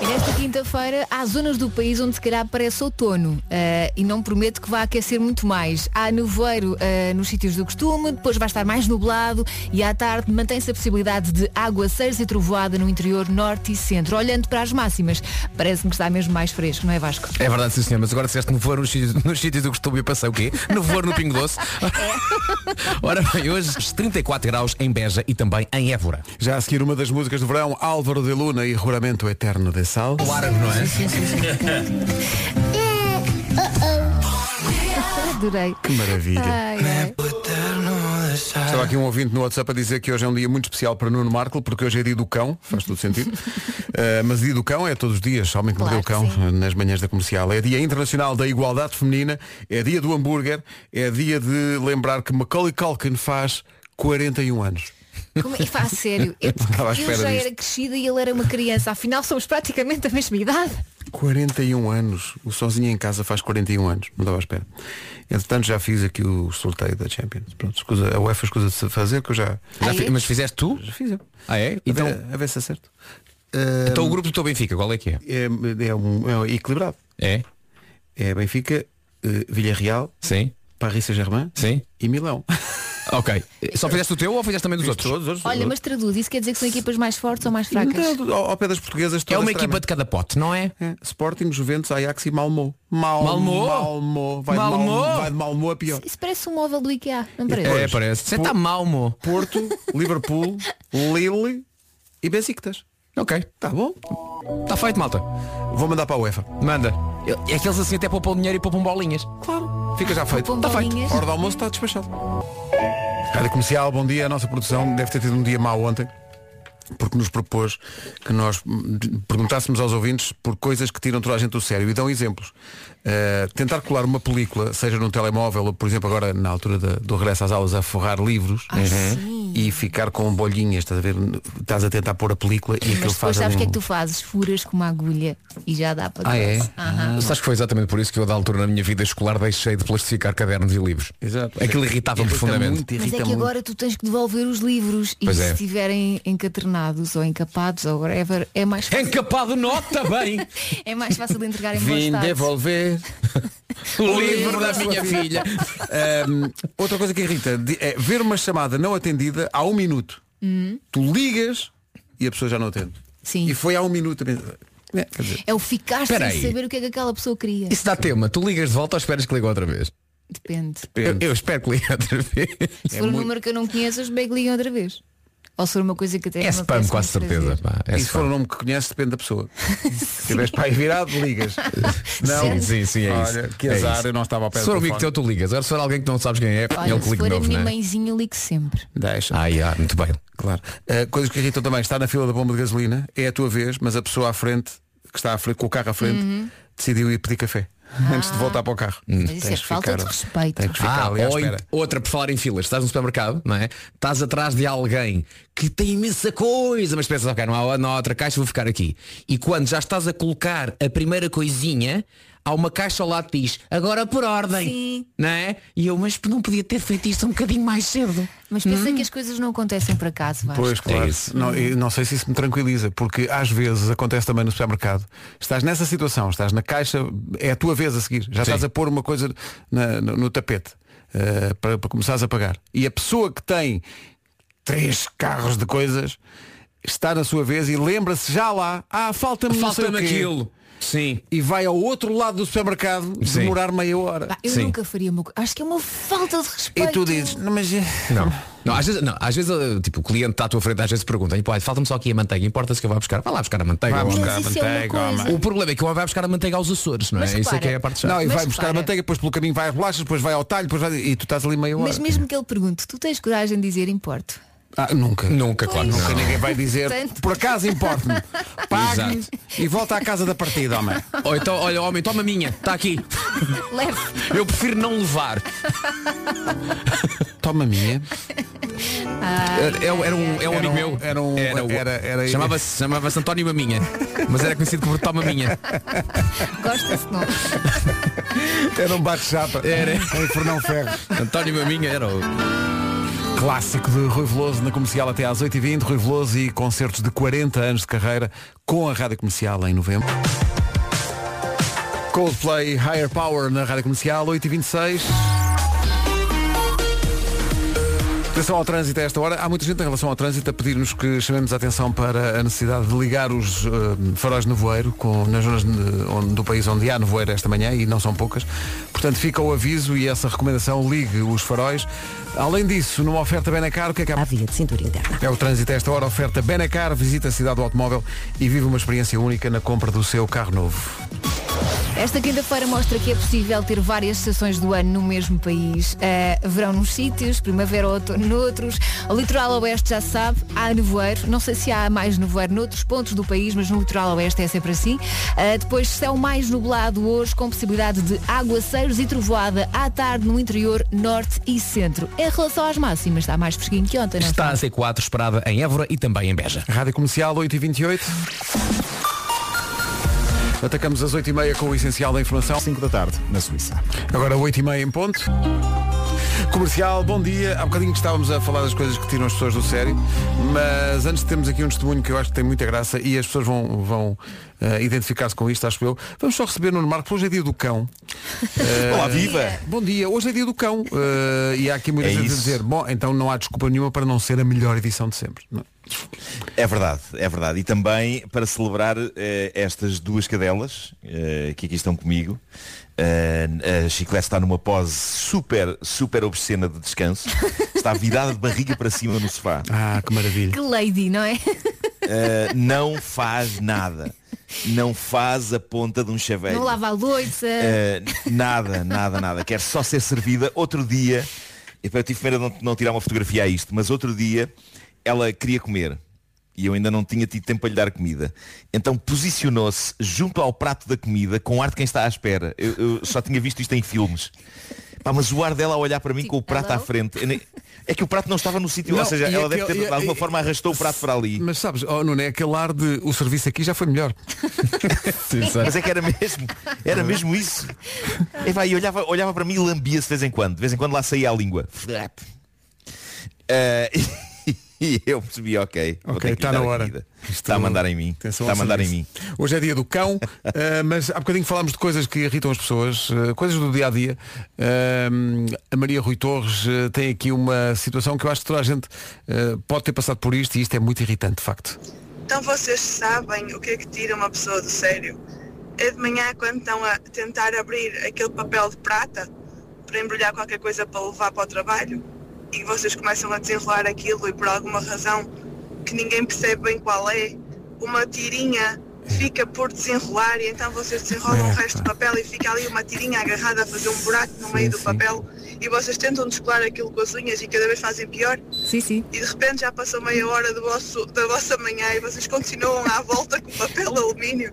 D: E nesta quinta-feira há zonas do país onde se calhar parece outono eh, e não prometo que vá aquecer muito mais. Há nevoeiro eh, nos sítios do costume, depois vai estar mais nublado e à tarde mantém-se a possibilidade de aguaceiros e trovoada no interior norte e centro. Olhando para as máximas, parece-me que está mesmo mais fresco, não é Vasco?
E: É verdade, sim senhor, mas agora disseste nevoar nos sítios nos sítios do costume e eu passei o quê? Nevoar no Pingo Doce. Ora bem, hoje 34 graus em Beja e também em Évora.
A: Já a seguir uma das músicas do verão, Álvaro de Luna e Ruramento Eterno de Sal.
E: O árabe, não é?
D: Adorei.
A: Que maravilha.
D: Ai, ai.
A: Estava aqui um ouvinte no WhatsApp a dizer que hoje é um dia muito especial para Nuno Marco, porque hoje é dia do cão, faz todo sentido. Eh, mas dia do cão é todos os dias, homem que mordeu o
D: Claro
A: cão
D: que
A: eh, nas manhãs da comercial. É dia internacional da igualdade feminina, é dia do hambúrguer, é dia de lembrar que Macaulay Culkin faz 41 anos.
D: Como- E faz sério, é
A: Estava à
D: porque eu
A: espera
D: já
A: disto.
D: era crescida e ele era uma criança, afinal somos praticamente da mesma idade.
A: 41 anos, o Sozinho em Casa faz 41 anos, não estava à espera. Entretanto já fiz aqui o sorteio da Champions. Pronto, escusa, a UEFA escusa de se fazer que eu já,
E: Já
D: Ah,
E: fi-
D: é?
E: mas fizeste tu?
A: já fiz. eu.
E: Ah é?
A: Então,
E: Então,
A: a ver se acerto. Eh,
E: então o grupo do teu Benfica, qual é que é?
A: é, é um, é equilibrado.
E: É?
A: É Benfica, eh, Villarreal,
E: Sim?
A: Paris Saint-Germain
E: Sim?
A: e Milão.
E: Ok. Só fizeste o teu ou fizeste também dos outros?
D: Olha, mas traduz, isso quer dizer que são equipas mais fortes ou mais fracas?
A: Não, ao, ao pé das portuguesas
E: É
A: todas
E: uma
A: tremem.
E: equipa de cada pote, não é?
A: É, Sporting, Juventus, Ajax e Malmö. Mal,
E: Malmö?
A: Malmö. Vai,
E: Malmö?
A: De Malmö. vai de Malmö a pior.
D: Isso parece um móvel do IKEA, não parece?
E: É, parece. Você está mal, mo.
A: Porto, Liverpool, Lille e Besiktas.
E: Ok.
A: Tá bom?
E: Está feito, malta.
A: Vou mandar para a UEFA.
E: Manda. É que eles assim até poupam dinheiro e poupam bolinhas.
A: Claro. Fica já feito.
D: Poupam
A: Está feito.
D: bolinhas.
A: Hora do almoço está despachado. Rádio Comercial, bom dia. A nossa produção deve ter tido um dia mau ontem. Porque nos propôs que nós hum, de- perguntássemos aos ouvintes por coisas que tiram toda a gente do sério. E dão exemplos. Uh, tentar colar uma película, seja num telemóvel ou, por exemplo, agora na altura da- do regresso às aulas, a forrar livros
D: Ah,
A: Uhum. e ficar com bolhinhas. Estás a, ver? Estás a tentar pôr a película e aquilo
D: Mas depois
A: faz.
D: sabes o que
A: ali
D: é que
A: um-
D: tu fazes? Furas com uma agulha e já dá para
A: Ah, é?
D: Aham.
E: Sabes que foi exatamente por isso que eu, da altura na minha vida escolar, deixei de plastificar cadernos e livros.
A: Exato.
E: Aquilo irritava-me
A: Irrita
E: profundamente.
A: muito,
D: Mas
A: irrita
D: é que
A: muito.
D: agora tu tens que devolver os livros e
E: Pois
D: se
E: é.
D: estiverem encaternados ou encapados ou whatever, é mais fácil,
E: Encapado nota bem!
D: é mais fácil de entregar em bom estado.
A: devolver
E: o livro da minha filha.
A: Ahm, outra coisa que irrita de- é ver uma chamada não atendida há um
E: Hum.
A: minuto. Tu ligas e a pessoa já não atende.
D: Sim.
A: E foi há um minuto. a pensar,
E: É, quer dizer,
D: É o ficar
E: Espera
D: sem
E: aí.
D: saber o que é que aquela pessoa queria.
E: isso dá tema. Tu ligas de volta ou esperas que liga outra vez?
D: Depende.
E: Eu, eu espero que ligue outra vez.
D: Se for um número que eu não conheço, os bem que ligam outra vez. Ou se for uma coisa que até
E: É
D: que me
E: spam,
D: apetece
E: com a
D: muito
E: certeza.
D: fazer.
E: pá. É
A: e se for
E: spam.
A: um nome que conheces, depende da pessoa. se tiveres para aí virado, ligas.
E: Sim, sim, sim, é isso.
A: Olha, que
E: É
A: azar,
E: isso.
A: eu não estava ao pé
E: Se
A: do
E: for um
A: telefone.
E: amigo teu, tu ligas. Agora se for alguém que não sabes quem é,
D: Olha,
E: ele que
D: se
E: liga
D: for
E: de
D: a
E: novo,
D: minha
E: não é?
D: mãezinha, eu ligo sempre.
A: Deixa.
E: Ai, ah, muito bem.
A: Claro. Ah, coisas que irritam também. Está na fila da bomba de gasolina, é a tua vez, mas a pessoa à frente, que está à frente, com o carro à frente, decidiu ir pedir café antes de voltar para o carro.
D: Mas isso Uhum. Ah. é
A: Tens que
D: falta de
A: ficar-
D: respeito.
A: Tens que ficar
E: Hum. Ah,
A: ali à
E: ou em-
A: espera.
E: outra por falar em filas, estás no supermercado, não é? Estás atrás de alguém que tem imensa coisa, mas pensas, ok, não há, não há outra caixa, vou ficar aqui. E quando já estás a colocar a primeira coisinha, há uma caixa ao lado que diz, agora por ordem.
D: Sim.
E: Não é? E eu, mas não podia ter feito isto um bocadinho mais cedo.
D: Mas pensa que as coisas não acontecem por acaso, Vasco.
A: Hum. Pois, claro. é não, e não sei se isso me tranquiliza, porque às vezes acontece também no supermercado. Estás nessa situação, estás na caixa, é a tua vez a seguir. Já estás a pôr uma coisa na- no, no tapete eh, para, para começares a pagar. E a pessoa que tem três carros de coisas está na sua vez e lembra-se já lá, ah, falta-me não sei o
E: Falta-me
A: quê.
E: aquilo. Sim.
A: E vai ao outro lado do supermercado
E: Sim.
A: demorar meia hora.
D: Pá, eu
E: Sim.
D: nunca faria uma co- Acho que é uma falta de
A: E
D: respeito.
A: tu dizes, não, mas eh,
E: Não. Não, às vezes, não, às vezes eh, tipo, o cliente está à tua frente, às vezes pergunta, "E, pô, olha, falta-me só aqui a manteiga, importa-se que eu vá buscar. Vai lá buscar a manteiga.
A: Vá
E: ó.
A: buscar.
D: Mas isso é uma
A: Manteiga,
D: coisa.
E: O problema é que o homem vai buscar a manteiga aos Açores, não é?
D: Mas
E: Isso é que
D: repara,
E: é a parte chata.
A: não, e
D: Mas
A: vai buscar a
D: repara.
A: manteiga, depois pelo caminho vai às bolachas, depois vai ao talho, depois vai... E tu estás ali meia hora.
D: Mas mesmo que ele pergunte, tu tens coragem de dizer importo?
A: Ah, nunca.
E: Nunca, claro. que
A: Nunca
E: não.
A: ninguém vai dizer,
D: Portanto-
A: por acaso importa-me, pague
E: Exato.
A: e volta à casa da partida, homem.
E: Ou então, olha, homem, toma a minha, está aqui.
D: Leve.
E: Eu prefiro não levar.
A: Toma a minha.
E: Era, era um, é um
A: Era
E: amigo
A: um-
E: meu.
A: era um-
E: o-
A: era- era-
E: Chamava-se chamava António Maminha. Mas era conhecido por Toma Minha.
D: Gosta-se não.
A: Era um bate-chapa.
E: Era.
A: Em Fernão Ferro.
E: António Maminha era o.
A: Clássico de Rui Veloso na comercial até às 8h20. Rui Veloso e concertos de 40 anos de carreira com a rádio comercial em novembro. Coldplay Higher Power na rádio comercial, 8h26. Atenção ao trânsito a esta hora. Há muita gente em relação ao trânsito a pedir-nos que chamemos a atenção para a necessidade de ligar os eh, faróis de nevoeiro com, nas zonas de- onde- do país onde há nevoeiro esta manhã e não são poucas. Portanto, fica o aviso e essa recomendação, ligue os faróis. Além disso, numa oferta bem na cara, o que é que há
C: À via de cintura interna.
A: é o trânsito a esta hora, oferta Benacar, visita a cidade do automóvel e vive uma experiência única na compra do seu carro novo.
D: Esta quinta-feira mostra que é possível ter várias estações do ano no mesmo país. Eh, verão nos sítios, primavera ou outono noutros. O litoral oeste já se sabe, há nevoeiro. Não sei se há mais nevoeiro noutros pontos do país, mas no litoral oeste é sempre assim. Eh, depois céu mais nublado hoje, com possibilidade de aguaceiros e trovoada à tarde no interior norte e centro. Em relação às máximas, está mais fresquinho que ontem, não é?
E: Está a C4 esperada em Évora e também em Beja.
A: Rádio Comercial 8h28. Atacamos às 8h30 com o essencial da informação.
G: 5 da tarde, na Suíça.
A: Agora 8h30 em ponto. Comercial, bom dia. Há bocadinho que estávamos a falar das coisas que tiram as pessoas do sério, mas antes temos aqui um testemunho que eu acho que tem muita graça e as pessoas vão, vão eh, identificar-se com isto, acho eu. Vamos só receber Nuno Marco, hoje é dia do cão.
G: Olá, viva!
A: Bom dia, hoje é dia do cão eh, e há aqui muita
G: É
A: gente a
G: isso.
A: dizer, bom, então não há desculpa nenhuma para não ser a melhor edição de sempre. Não.
G: É verdade, é verdade. E também para celebrar eh, estas duas cadelas eh, que aqui estão comigo. Eh, a Chiclete está numa pose super, super obscena de descanso. Está virada de barriga para cima no sofá.
A: Ah, que maravilha.
D: Que lady, não é?
G: Eh, não faz nada. Não faz a ponta de um chaveiro.
D: Não lava a loiça.
G: Eh, nada, nada, nada. Quer só ser servida. Outro dia, epá, eu tive pena de não, não tirar uma fotografia a isto, mas outro dia ela queria comer. E eu ainda não tinha tido tempo para lhe dar comida. Então posicionou-se junto ao prato da comida com o ar de quem está à espera. Eu, eu só tinha visto isto em filmes. Pá, mas o ar dela a olhar para mim com o prato à
D: hello?
G: frente. eu nem- É que o prato não estava no sítio,
A: tá Não,
G: ou seja,
A: e
G: ela deve ter
A: aquele-
G: de
A: e-
G: alguma
A: e-
G: forma arrastou o prato para ali.
A: Mas sabes, oh, Nuno, é aquele ar de o serviço aqui já foi melhor.
G: Mas é que era mesmo, era mesmo isso. Epá, E olhava, olhava para mim e lambia-se de vez em quando. De vez em quando lá saía a língua. Eh, e eu percebi, ok. vou
A: Ok,
G: ter que lhe
A: tá na
G: dar a
A: hora.
G: comida. Está a mandar em mim.
A: Atenção
G: Está a
A: ao
G: mandar em
A: serviço.
G: mim.
A: Hoje é dia do cão, eh, mas há bocadinho falámos de coisas que irritam as pessoas, eh, coisas do dia a dia. Eh, a Maria Rui Torres eh, tem aqui uma situação que eu acho que toda a gente eh, pode ter passado por isto e isto é muito irritante, de facto.
H: Então vocês sabem o que é que tira uma pessoa do sério? É de manhã quando estão a tentar abrir aquele papel de prata para embrulhar qualquer coisa para levar para o trabalho e vocês começam a desenrolar aquilo e por alguma razão que ninguém percebe bem qual é, uma tirinha fica por desenrolar e então vocês desenrolam o resto do papel e fica ali uma tirinha agarrada a fazer um buraco no meio do papel e vocês tentam descolar aquilo com as unhas e cada vez fazem pior
D: Sim, sim.
H: e de repente já passou meia hora do vosso, da vossa manhã e vocês continuam à volta com papel alumínio.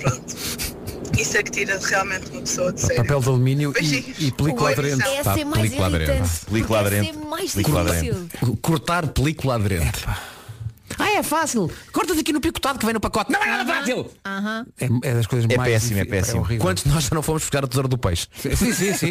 H: Pronto. Isso é que tira realmente uma pessoa de sério.
A: Papel de alumínio
H: Beijinhos.
A: e, e película
H: Boa
A: aderente.
H: emissão.
E: Pá,
D: Essa é mais
E: Tá, película aderente.
D: irritante.
G: Película
D: porque
G: aderente.
D: Essa é mais
G: Película
D: difícil.
E: Cortar película aderente. Ah, é fácil. Cortas aqui no picotado que vem no pacote. Não é nada fácil.
D: Aham.
A: É, é das coisas
G: É
A: mais
G: péssimo, é
A: difíceis.
G: péssimo.
A: horrível.
E: Quantos de nós já não fomos buscar a tesoura do peixe?
A: Sim, sim, sim.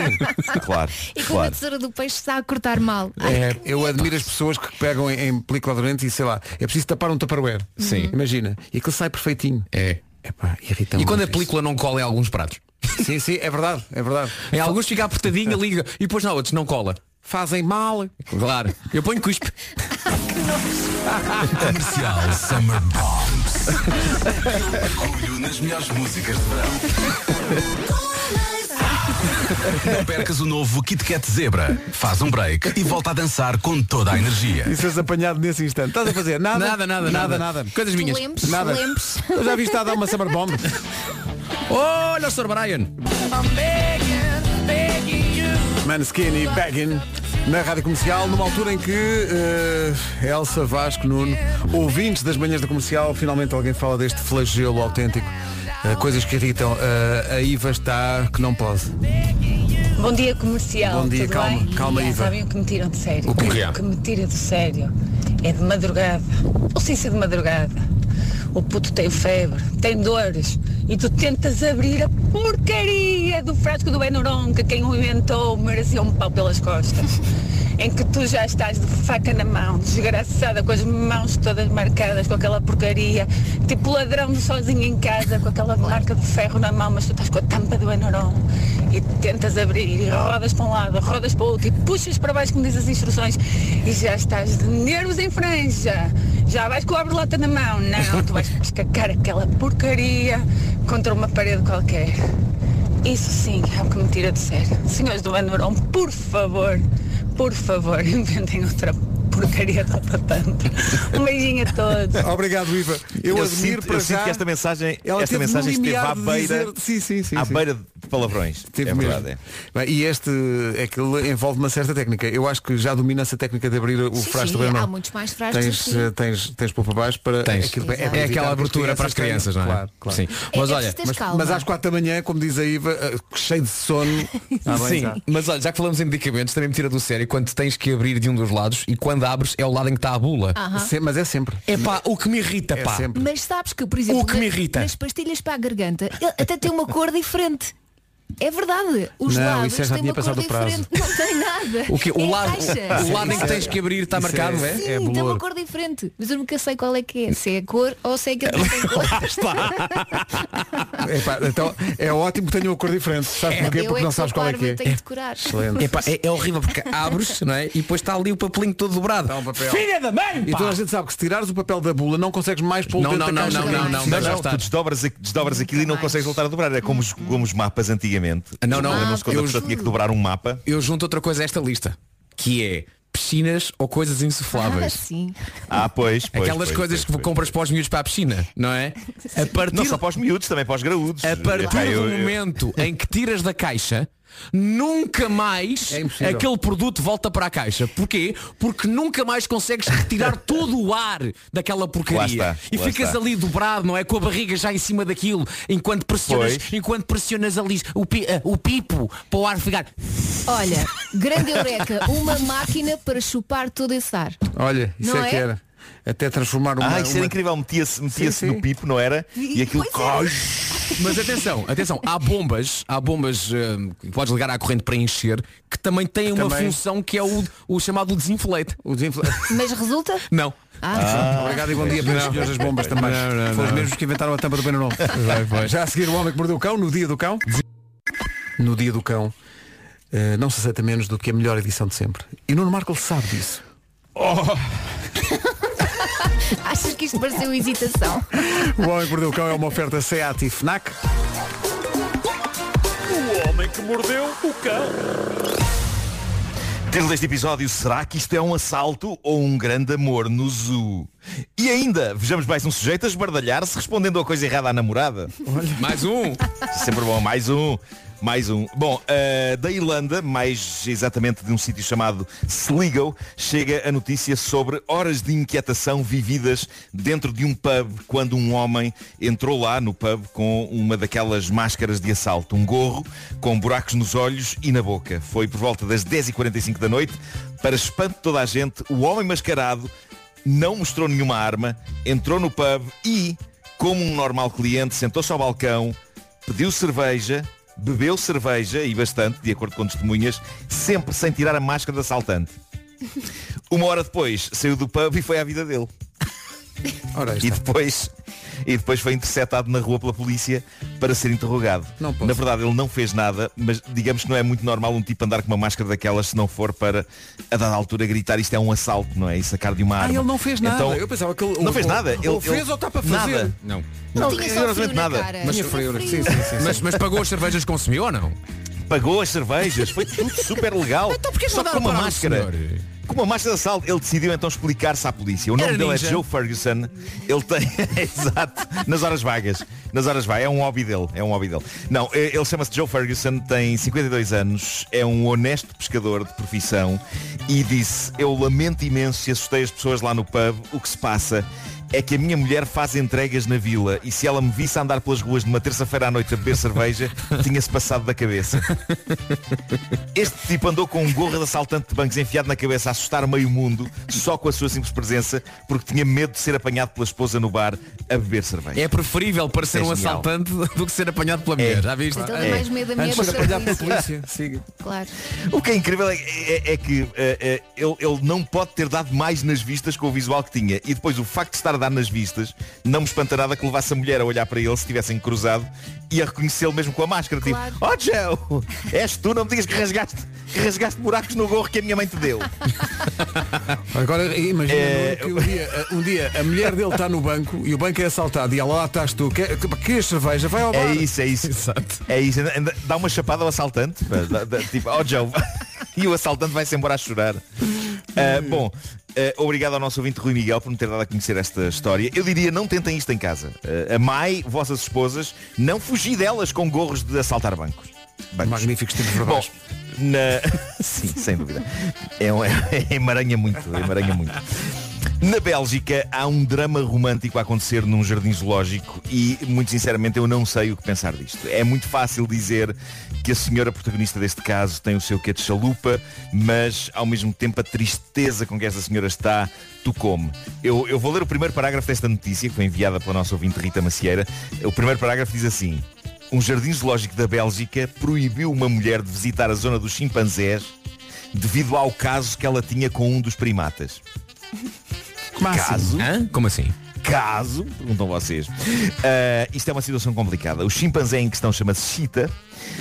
G: Claro,
D: E quando a
G: claro.
D: tesoura do peixe está a cortar mal.
A: É, eu admiro as pessoas que pegam em, em película aderente e sei lá, é preciso tapar um tupperware.
E: Sim.
A: Imagina. E aquilo sai perfeitinho.
E: É.
A: Epá, irrita
E: E quando a
A: muito
E: película não cola em alguns pratos?
A: isso. Sim, sim, é verdade, é verdade.
E: Em alguns fica apertadinha, liga. E depois na outros não cola.
A: Fazem mal.
E: Claro. Eu ponho cuspe.
B: Comercial Summer Bombs. Mergulho nas melhores músicas de verão. Não percas o novo Kit Kat Zebra. Faz um break e volta a dançar com toda a energia.
A: E seres apanhado nesse instante. Estás a fazer nada?
E: Nada, nada, nada. Coisas minhas.
D: Lempes,
A: Nada.
D: lempes.
A: Eu já vi estar a dar uma summer bomb.
E: Olha, Sr. Brian.
A: Manskin e Baggin na Rádio Comercial, numa altura em que eh, Elsa, Vasco, Nuno, ouvintes das manhãs da comercial, finalmente alguém fala deste flagelo autêntico. eh, coisas que irritam. Eh, a Iva está que não pode.
I: Bom dia comercial.
A: Bom dia,
I: tudo
A: calma,
I: bem?
A: calma,
I: Já
A: Iva.
I: Sabem o que me tiram de sério?
E: O quê?
I: O que me tira de sério é de madrugada. Ou sem ser é de madrugada. O puto tem febre, tem dores e tu tentas abrir a porcaria do frasco do Benuron que quem o inventou merecia um pau pelas costas. em que tu já estás de faca na mão, desgraçada, com as mãos todas marcadas com aquela porcaria, tipo ladrão sozinho em casa, com aquela marca de ferro na mão, mas tu estás com a tampa do Enarão e tentas abrir e rodas para um lado, rodas para o outro e puxas para baixo como diz as instruções e já estás de nervos em franja. Já vais com a berlota na mão, não, tu vais pescacar aquela porcaria contra uma parede qualquer. Isso sim é o que me tira de sério. Senhores do Bandurão, por favor, por favor, inventem outra porcaria de tanto. Um beijinho a todos.
A: Obrigado, Iva. Eu, admiro
G: sinto,
A: para
G: eu
A: já.
G: sinto que esta mensagem,
A: ela
G: esta
A: teve
G: mensagem
A: no
G: esteve
A: limiar
G: à
A: de
G: beira,
A: dizer- sim, sim, sim,
G: à
A: sim.
G: beira de palavrões.
A: Teve
G: é
A: mesmo.
G: verdade. é.
A: Bem, e este, aquilo envolve uma certa técnica. Eu acho que já domina essa técnica de abrir o
D: Sim,
A: frasco
D: sim,
A: do Renault.
D: há muitos mais frascos
A: Tens,
D: assim.
A: eh, tens, tens por para baixo para
E: Tens.
A: aquilo-
D: Exato.
A: para
E: É
A: evitar que
E: aquela
A: as
E: abertura para as crianças, não é?
A: Claro, claro.
E: Sim.
D: É-
E: Mas
D: é
E: olha,
D: preciso
A: Mas,
D: ter calma.
A: mas às quatro da manhã, como diz a Iva, eh, cheio de sono. Ah, bem,
E: Sim,
A: já.
E: mas olha, já que falamos em medicamentos, também me tira do sério quando tens que abrir de um dos lados e quando abres é o lado em que está a bula.
D: Ah.
A: Se- mas é sempre.
E: É pá, o que me irrita,
A: É
E: pá.
A: sempre.
D: Mas sabes que, por exemplo,
E: O que me
D: na-
E: irrita.
D: nas pastilhas para a garganta, ele até tem uma cor diferente. É verdade. Os
A: Não,
D: lados
A: isso é já
D: têm
A: tinha
D: uma cor
A: passado o prazo.
D: diferente. Não tem nada.
E: O, quê? o,
D: é
E: lado,
D: caixa.
E: o lado em
A: Isso
E: que
A: é-
E: tens que abrir está
A: isso
E: marcado, é?
A: é-
D: Sim, tem
A: bolor.
D: uma cor diferente. Mas eu nunca sei qual é que é. Se é a cor ou se é aquele que tem cor.
A: Epá, então, é ótimo que tenha uma cor diferente. Sabes porquê?
D: eu
A: Porque
D: é
A: não
D: que
A: sabes
D: sou
A: qual é
D: parva,
A: que é.
D: Tenho que decorar.
A: Excelente.
E: Epá, é, é horrível porque abres não é? e depois está ali o papelinho todo dobrado.
A: um papel.
E: Filha da mãe!
A: E
E: pá!
A: toda a gente sabe que se tirares o papel da bula não consegues mais pôr
E: Não,
A: dentro
E: não,
A: da
E: não,
A: caixa.
E: não, não, não, não,
G: Não,
E: já
G: não,
E: está.
G: tu desdobras, aqu- desdobras aquilo e não
D: mais.
G: consegues voltar a dobrar. É como os, como os mapas antigamente.
E: Ah, Não, não,
G: Lembram-se quando
E: eu
G: a pessoa
E: juro.
G: tinha que dobrar um mapa.
E: Eu junto outra coisa a esta lista, que é piscinas ou coisas
D: Ah,
E: insufláveis.
D: sim.
G: Ah, pois. pois,
E: Aquelas
G: pois,
E: coisas
G: pois,
E: que
G: pois,
E: compras para os miúdos para a piscina, não é? A partir
G: Não só para os miúdos, também para os graúdos.
E: A
G: Epá,
E: partir
G: eu-
E: do
G: eu-
E: momento em que tiras da caixa, nunca mais
A: É impossível.
E: aquele produto volta para a caixa. Porquê? Porque nunca mais consegues retirar todo o ar daquela porcaria.
G: Lá está,
E: e
G: lá
E: ficas
G: está.
E: ali dobrado, não é? Com a barriga já em cima daquilo, enquanto pressionas,
G: Pois.
E: enquanto pressionas ali o, pi- eh, o pipo para o ar ficar.
D: Olha, grande eureka. Uma máquina para chupar todo esse ar.
A: Olha, isso
D: Não
A: é, que
D: é?
A: era. Até transformar uma.
G: Ah, isso era
A: uma-
G: incrível. Metia-se metia
A: Sim, sim.
G: no pipo, não era? E aquilo
E: é.
D: Pois
E: Mas atenção, atenção, há bombas, há bombas eh, que podes ligar à corrente para encher, que também têm uma
A: Também.
E: função que é o, o chamado desinflate.
A: o desinfla-
D: Mas resulta?
E: Não.
A: Obrigado e bom dia para os senhores das bombas também. Foram os mesmos que inventaram a tampa do Benanon. Já a seguir o homem que mordeu o cão, no dia do cão. No dia do cão, eh, não se aceita menos do que a melhor edição de sempre. E o Nuno Marco sabe disso.
D: Achas que isto pareceu hesitação?
A: O Homem que Mordeu o Cão é uma oferta SEAT e FNAC.
G: Título deste episódio, será que isto é um assalto ou um grande amor no zoo? E ainda, vejamos mais um sujeito a esbardalhar-se respondendo a coisa errada à namorada.
E: Mais um.
G: Sempre bom, mais um, mais um. Bom, eh, da Irlanda, mais exatamente de um sítio chamado Sligo, chega a notícia sobre horas de inquietação vividas dentro de um pub quando um homem entrou lá no pub com uma daquelas máscaras de assalto, um gorro com buracos nos olhos e na boca. Foi por volta das 10h45 da noite, para espanto de toda a gente, o homem mascarado não mostrou nenhuma arma, entrou no pub e, como um normal cliente, sentou-se ao balcão, pediu cerveja, bebeu cerveja e bastante, de acordo com testemunhas, sempre sem tirar a máscara de assaltante. Uma hora depois saiu do pub e foi à vida dele.
A: Ora, aí
G: E
A: está.
G: depois, e depois foi interceptado na rua pela polícia para ser interrogado.
A: Não posso.
G: Na verdade ele não fez nada, mas digamos que não é muito normal um tipo andar com uma máscara daquelas se não for para a dada altura gritar isto é um assalto, não é? E sacar de uma
A: Ah,
G: arma.
A: ele não fez nada.
G: Então,
A: Eu pensava que ele
G: Não
A: ou-
G: fez
A: ou-
G: nada.
A: ou
G: Ele, ele-
A: fez ou está para fazer?
G: Nada. Não,
E: Não.
D: Tinha só frio
G: rigorosamente
D: na
G: nada.
D: cara.
A: Mas
D: Tinha
A: frio,
D: frio.
A: sim, sim, sim.
E: Mas, mas pagou as cervejas que consumiu ou não?
G: pagou as cervejas, foi tudo super legal.
E: Então porquê que
G: Só
E: não
G: com uma
E: deram para o
G: máscara.
E: senhor?
G: Com uma máscara de assalto, ele decidiu então explicar-se à polícia. O nome
E: Era
G: dele
E: ninja.
G: é Joe Ferguson. Ele tem. Exato. Nas horas vagas. Nas horas vagas. É um hobby dele. É um hobby dele. Não, eh, ele chama-se Joe Ferguson, tem 52 anos, é um honesto pescador de profissão e disse, eu lamento imenso se assustei as pessoas lá no pub, o que se passa é que a minha mulher faz entregas na vila e se ela me visse andar pelas ruas numa terça-feira à noite a beber cerveja, tinha-se passado da cabeça. Este tipo andou com um gorro de assaltante de bancos enfiado na cabeça a assustar meio mundo só com a sua simples presença porque tinha medo de ser apanhado pela esposa no bar a beber cerveja.
E: É preferível parecer
G: É
E: um
G: genial.
E: assaltante do que ser apanhado pela mulher. Já viste?
D: Então é mais medo da minha
A: Antes de apanhar pela polícia. Siga.
D: Claro.
G: O que é incrível é, é- é que eh, eh, ele, ele não pode ter dado mais nas vistas com o visual que tinha. E depois o facto de estar a dar nas vistas não me espanta nada que levasse a mulher a olhar para ele se tivessem cruzado e a reconhecê-lo mesmo com a máscara.
D: Claro.
G: Tipo, oh Joe, és tu, não me digas que rasgaste, que rasgaste buracos no gorro que a minha mãe te deu.
A: Agora imagina
G: É,
A: Nuno, que um dia, um dia a mulher dele está no banco e o banco é assaltado e ela lá estás tu. Quer, quer cerveja? Vai ao bar.
G: É isso, é isso.
E: Exato.
G: É isso. Ainda- ainda Dá uma chapada ao assaltante. pá. Dá- dá- tipo, ó Joe. E o assaltante vai-se embora a chorar. Ah, bom, ah, obrigado ao nosso ouvinte Rui Miguel por me ter dado a conhecer esta história. Eu diria, não tentem isto em casa. Ah, amai vossas esposas, não fugi delas com gorros de assaltar bancos. bancos.
A: Magníficos tipos
G: Bom,
A: verbais.
G: na... Sim, sem dúvida. É, um- é, emaranha muito, emaranha muito. Na Bélgica há um drama romântico a acontecer num jardim zoológico e, muito sinceramente, eu não sei o que pensar disto. É muito fácil dizer que a senhora protagonista deste caso tem o seu quê de chalupa, mas, ao mesmo tempo, a tristeza com que esta senhora está tocou-me. Eu, eu vou ler o primeiro parágrafo desta notícia, que foi enviada pela nossa ouvinte Rita Macieira. O primeiro parágrafo diz assim um jardim zoológico da Bélgica proibiu uma mulher de visitar a zona dos chimpanzés devido ao caso que ela tinha com um dos primatas. Caso?
E: Hã? Como assim?
G: Caso? Perguntam vocês. Ah, isto é uma situação complicada. O chimpanzé em questão chama-se Chita,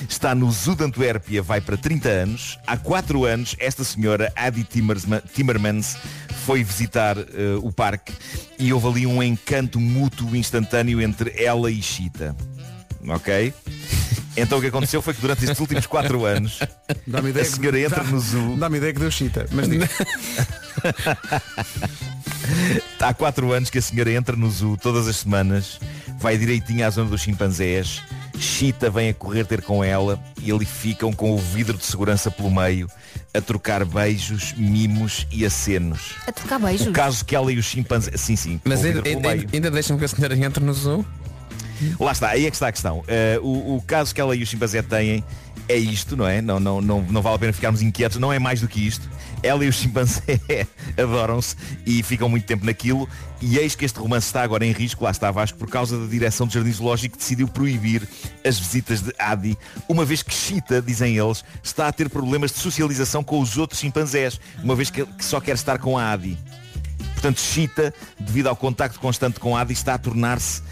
G: está no Zoo de Antuérpia, vai para 30 anos. Há 4 anos, esta senhora, Adi Timmersma- Timmermans, foi visitar eh, o parque e houve ali um encanto mútuo instantâneo entre ela e Chita. Ok? Então o que aconteceu foi que durante estes últimos 4 anos,
A: Dá-me
G: a senhora entra
A: dá-
G: no zoo
A: Dá-me ideia que deu chita. Mas diga.
G: Há quatro anos que a senhora entra no zoo todas as semanas, vai direitinho à zona dos chimpanzés, Chita vem a correr ter com ela e ali ficam com o vidro de segurança pelo meio, a trocar beijos, mimos e acenos.
D: A trocar
G: O
D: beijos.
G: caso que ela e os chimpanzés... Sim, sim, com
E: Mas
G: o vidro
E: ainda,
G: pelo
E: ainda-
G: meio.
E: ainda deixam que a senhora entre no zoo?
G: Lá está, aí é que está a questão. Eh, o, o caso que ela e o chimpanzé têm é isto, não é? Não, não, não, não vale a pena ficarmos inquietos, não é mais do que isto. Ela e o chimpanzé adoram-se e ficam muito tempo naquilo. E eis que este romance está agora em risco, lá está Vasco, por causa da direção do Jardim Zoológico que decidiu proibir as visitas de Adi, uma vez que Chita, dizem eles, está a ter problemas de socialização com os outros chimpanzés, uma vez que, que só quer estar com a Adi. Portanto, Chita, devido ao contacto constante com Adi, está a tornar-se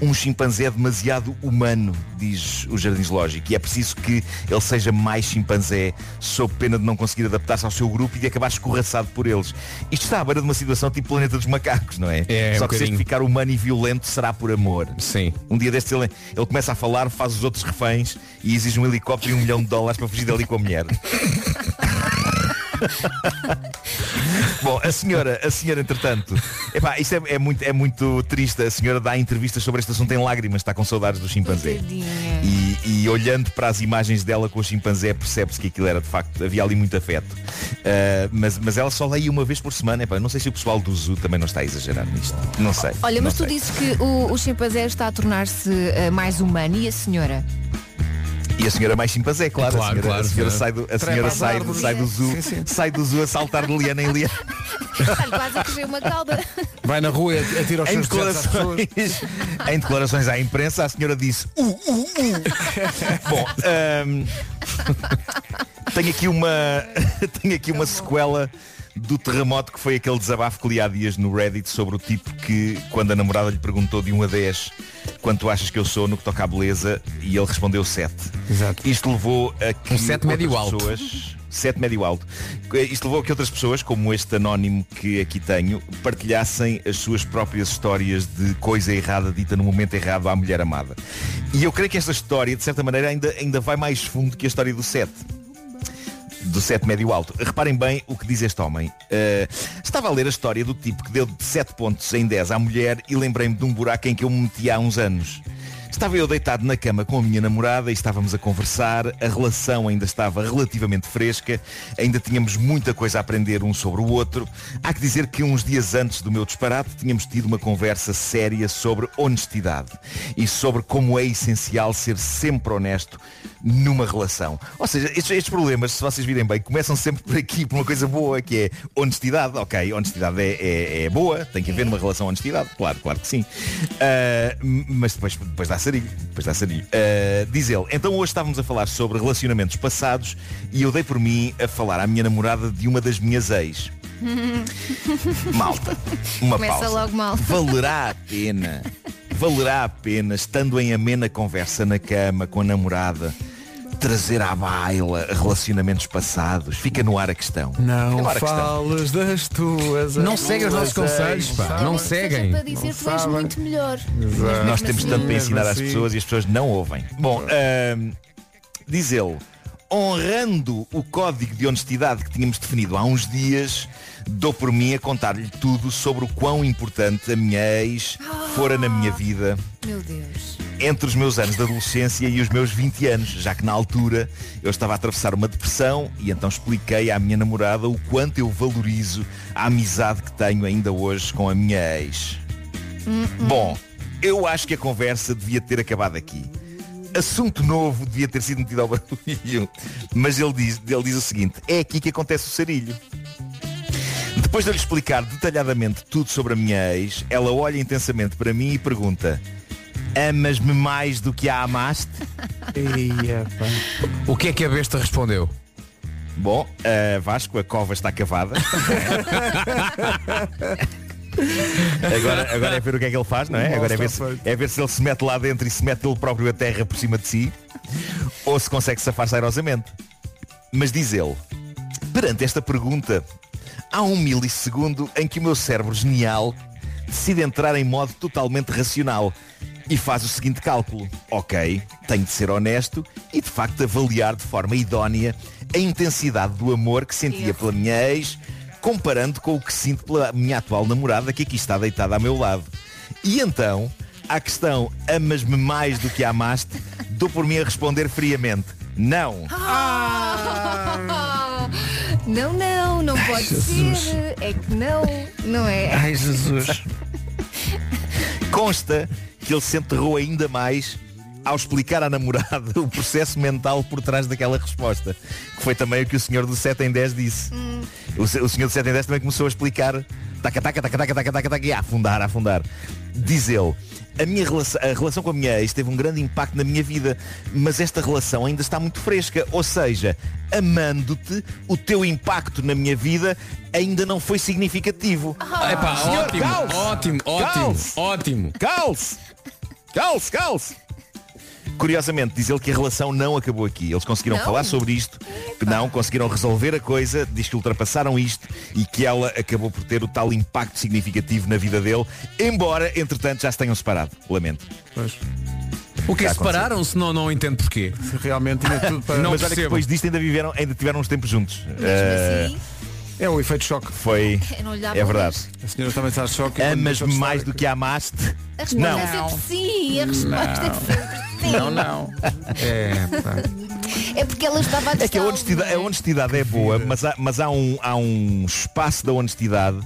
G: Um chimpanzé demasiado humano, diz o Jardim Zoológico, e é preciso que ele seja mais chimpanzé, sob pena de não conseguir adaptar-se ao seu grupo e de acabar escorraçado por eles. Isto está à beira de uma situação tipo Planeta dos Macacos, não é?
E: É,
G: Só
E: um
G: que se este
E: bocadinho.
G: ficar humano e violento será por amor.
E: Sim.
G: Um dia destes ele, ele começa a falar, faz os outros reféns e exige um helicóptero e um milhão de dólares para fugir dali com a mulher. Bom, a senhora, a senhora, entretanto, epá, isto é, é muito, é muito triste. A senhora dá entrevistas sobre este assunto em lágrimas, está com saudades do chimpanzé.
D: Tadinha.
G: E, e olhando para as imagens dela com o chimpanzé percebe-se que aquilo era de facto, havia ali muito afeto. Ah, mas, mas ela só leia uma vez por semana, epá, não sei se o pessoal do zoo também não está a exagerar nisto. Não sei.
D: Olha, mas
G: não
D: tu
G: sei.
D: dizes que o, o chimpanzé está a tornar-se eh, mais humano e a senhora?
G: E a senhora mais chimpanzé, claro.
E: Claro,
G: a senhora,
E: claro,
G: a senhora
E: sim.
G: sai do, a
A: Trepa
G: senhora
A: às
G: sai,
A: árvores.
G: sai do zoo, sai do zoo a saltar de liana em liana.
D: Olha, quase a crescer uma cauda.
A: Vai na rua e atira os
G: Em
A: seus dejetos às pessoas.
G: declarações, em declarações à imprensa, a senhora disse uh, uh, uh. Bom, ahm, tenho aqui uma, tenho aqui uma sequela do terremoto que foi aquele desabafo que li há dias no Reddit sobre o tipo que, quando a namorada lhe perguntou de 1 a 10 quanto achas que eu sou no que toca à beleza, e ele respondeu 7.
A: Exato.
G: Isto levou a que
E: Um sete médio
G: outras
E: alto.
G: pessoas, 7 médio alto. Isto levou a que outras pessoas, como este anónimo que aqui tenho, partilhassem as suas próprias histórias de coisa errada dita no momento errado à mulher amada. E eu creio que esta história, de certa maneira, ainda, ainda vai mais fundo que a história do 7 do 7 médio alto. Reparem bem o que diz este homem. Eh, estava a ler a história do tipo que deu de 7 pontos em 10 à mulher e lembrei-me de um buraco em que eu me meti há uns anos. Estava eu deitado na cama com a minha namorada e estávamos a conversar, a relação ainda estava relativamente fresca, ainda tínhamos muita coisa a aprender um sobre o outro. Há que dizer que uns dias antes do meu disparate tínhamos tido uma conversa séria sobre honestidade e sobre como é essencial ser sempre honesto numa relação. Ou seja, estes, estes problemas, se vocês virem bem, começam sempre por aqui, por uma coisa boa, que é honestidade. Ok, honestidade é, é- é boa, tem que haver numa relação honestidade, claro, claro que sim. Ah, m- mas depois, depois dá sarilho, depois dá sarilho. Ah, diz ele, então hoje estávamos a falar sobre relacionamentos passados e eu dei por mim a falar à minha namorada de uma das minhas ex. Malta, uma
D: Começa
G: pausa.
D: logo mal.
G: Valerá a pena, valerá a pena, estando em amena conversa na cama com a namorada, trazer à baila relacionamentos passados? Fica no ar a questão. Fica
A: Não
G: no ar a questão.
A: falas das tuas.
E: Não seguem os nossos conselhos, pá. Não
D: Seja
E: seguem.
D: para dizer tu és
A: sabem.
D: muito melhor.
A: Exato.
G: Nós temos tanto para
A: assim, Mesmo
G: ensinar às
A: assim.
G: pessoas e as pessoas não ouvem. Bom, ahm, diz ele, honrando o código de honestidade que tínhamos definido há uns dias, dou por mim a contar-lhe tudo sobre o quão importante a minha ex fora na minha vida
D: Meu Deus.
G: entre os meus anos de adolescência e os meus 20 anos, já que na altura eu estava a atravessar uma depressão e então expliquei à minha namorada o quanto eu valorizo a amizade que tenho ainda hoje com a minha ex. Bom, eu acho que a conversa devia ter acabado aqui. Assunto novo devia ter sido metido ao barulho. Mas ele diz, ele diz o seguinte, é aqui que acontece o sarilho. Depois de eu lhe explicar detalhadamente tudo sobre a minha ex, ela olha intensamente para mim e pergunta Amas-me mais do que a amaste?
E: O que é que a besta respondeu?
G: Bom, eh, Vasco, a cova está cavada. agora, agora é ver o que é que ele faz, não é? Agora é ver, se, é ver se ele se mete lá dentro e se mete ele próprio a terra por cima de si. Ou se consegue safar-se airosamente. Mas diz ele, perante esta pergunta, há um milissegundo em que o meu cérebro genial decide entrar em modo totalmente racional e faz o seguinte cálculo. Ok, tenho de ser honesto e de facto avaliar de forma idónea a intensidade do amor que sentia pela minha ex, comparando com o que sinto pela minha atual namorada que aqui está deitada ao meu lado. E então, à questão amas-me mais do que amaste, dou por mim a responder friamente. Não.
D: Ah, Não, não, não pode ser. É que não, não é?
A: Ai Jesus.
G: Consta que ele se enterrou ainda mais ao explicar à namorada o processo mental por trás daquela resposta. Que foi também o que o senhor do 7 em 10 disse. O, se- o senhor do 7 em 10 também começou a explicar. Taca, taca, taca, taca, taca, taca, taca, e a afundar, a afundar. Diz ele, a, minha relação, a relação com a minha ex teve um grande impacto na minha vida, mas esta relação ainda está muito fresca. Ou seja, amando-te, o teu impacto na minha vida ainda não foi significativo.
E: Epá,
G: Senhor,
E: ótimo,
G: calce!
E: ótimo, ótimo,
G: Calce!
E: ótimo.
G: Calce!
A: Calce, calce!
G: Curiosamente, diz ele que a relação não acabou aqui. Eles conseguiram
D: Não?
G: falar sobre isto, que não, conseguiram resolver a coisa, diz que ultrapassaram isto e que ela acabou por ter o tal impacto significativo na vida dele, embora, entretanto, já se tenham separado. Lamento.
A: Pois,
E: O que
G: Já
E: separaram, se não, não entendo porquê.
A: se realmente tinha tudo para.
E: Não
G: Mas olha que
E: percebo.
G: depois disto ainda viveram, ainda tiveram uns tempos juntos. Eh,
D: Mesmo assim,
A: É o efeito choque.
G: foi.
D: eu não lhe dava
G: É verdade.
A: A senhora também está de choque. e quando deixou de
G: Amas-me
A: estar-
G: É, mais do que amaste.
D: A resposta
G: Não.
D: é sempre sim, a resposta é sempre sim.
F: Não, não.
A: É, pá.
D: É porque ela estava a
G: É que a
D: testá-lo,
G: honestidade, a
D: não é?
G: honestidade é boa, mas há, mas há um, há um espaço da honestidade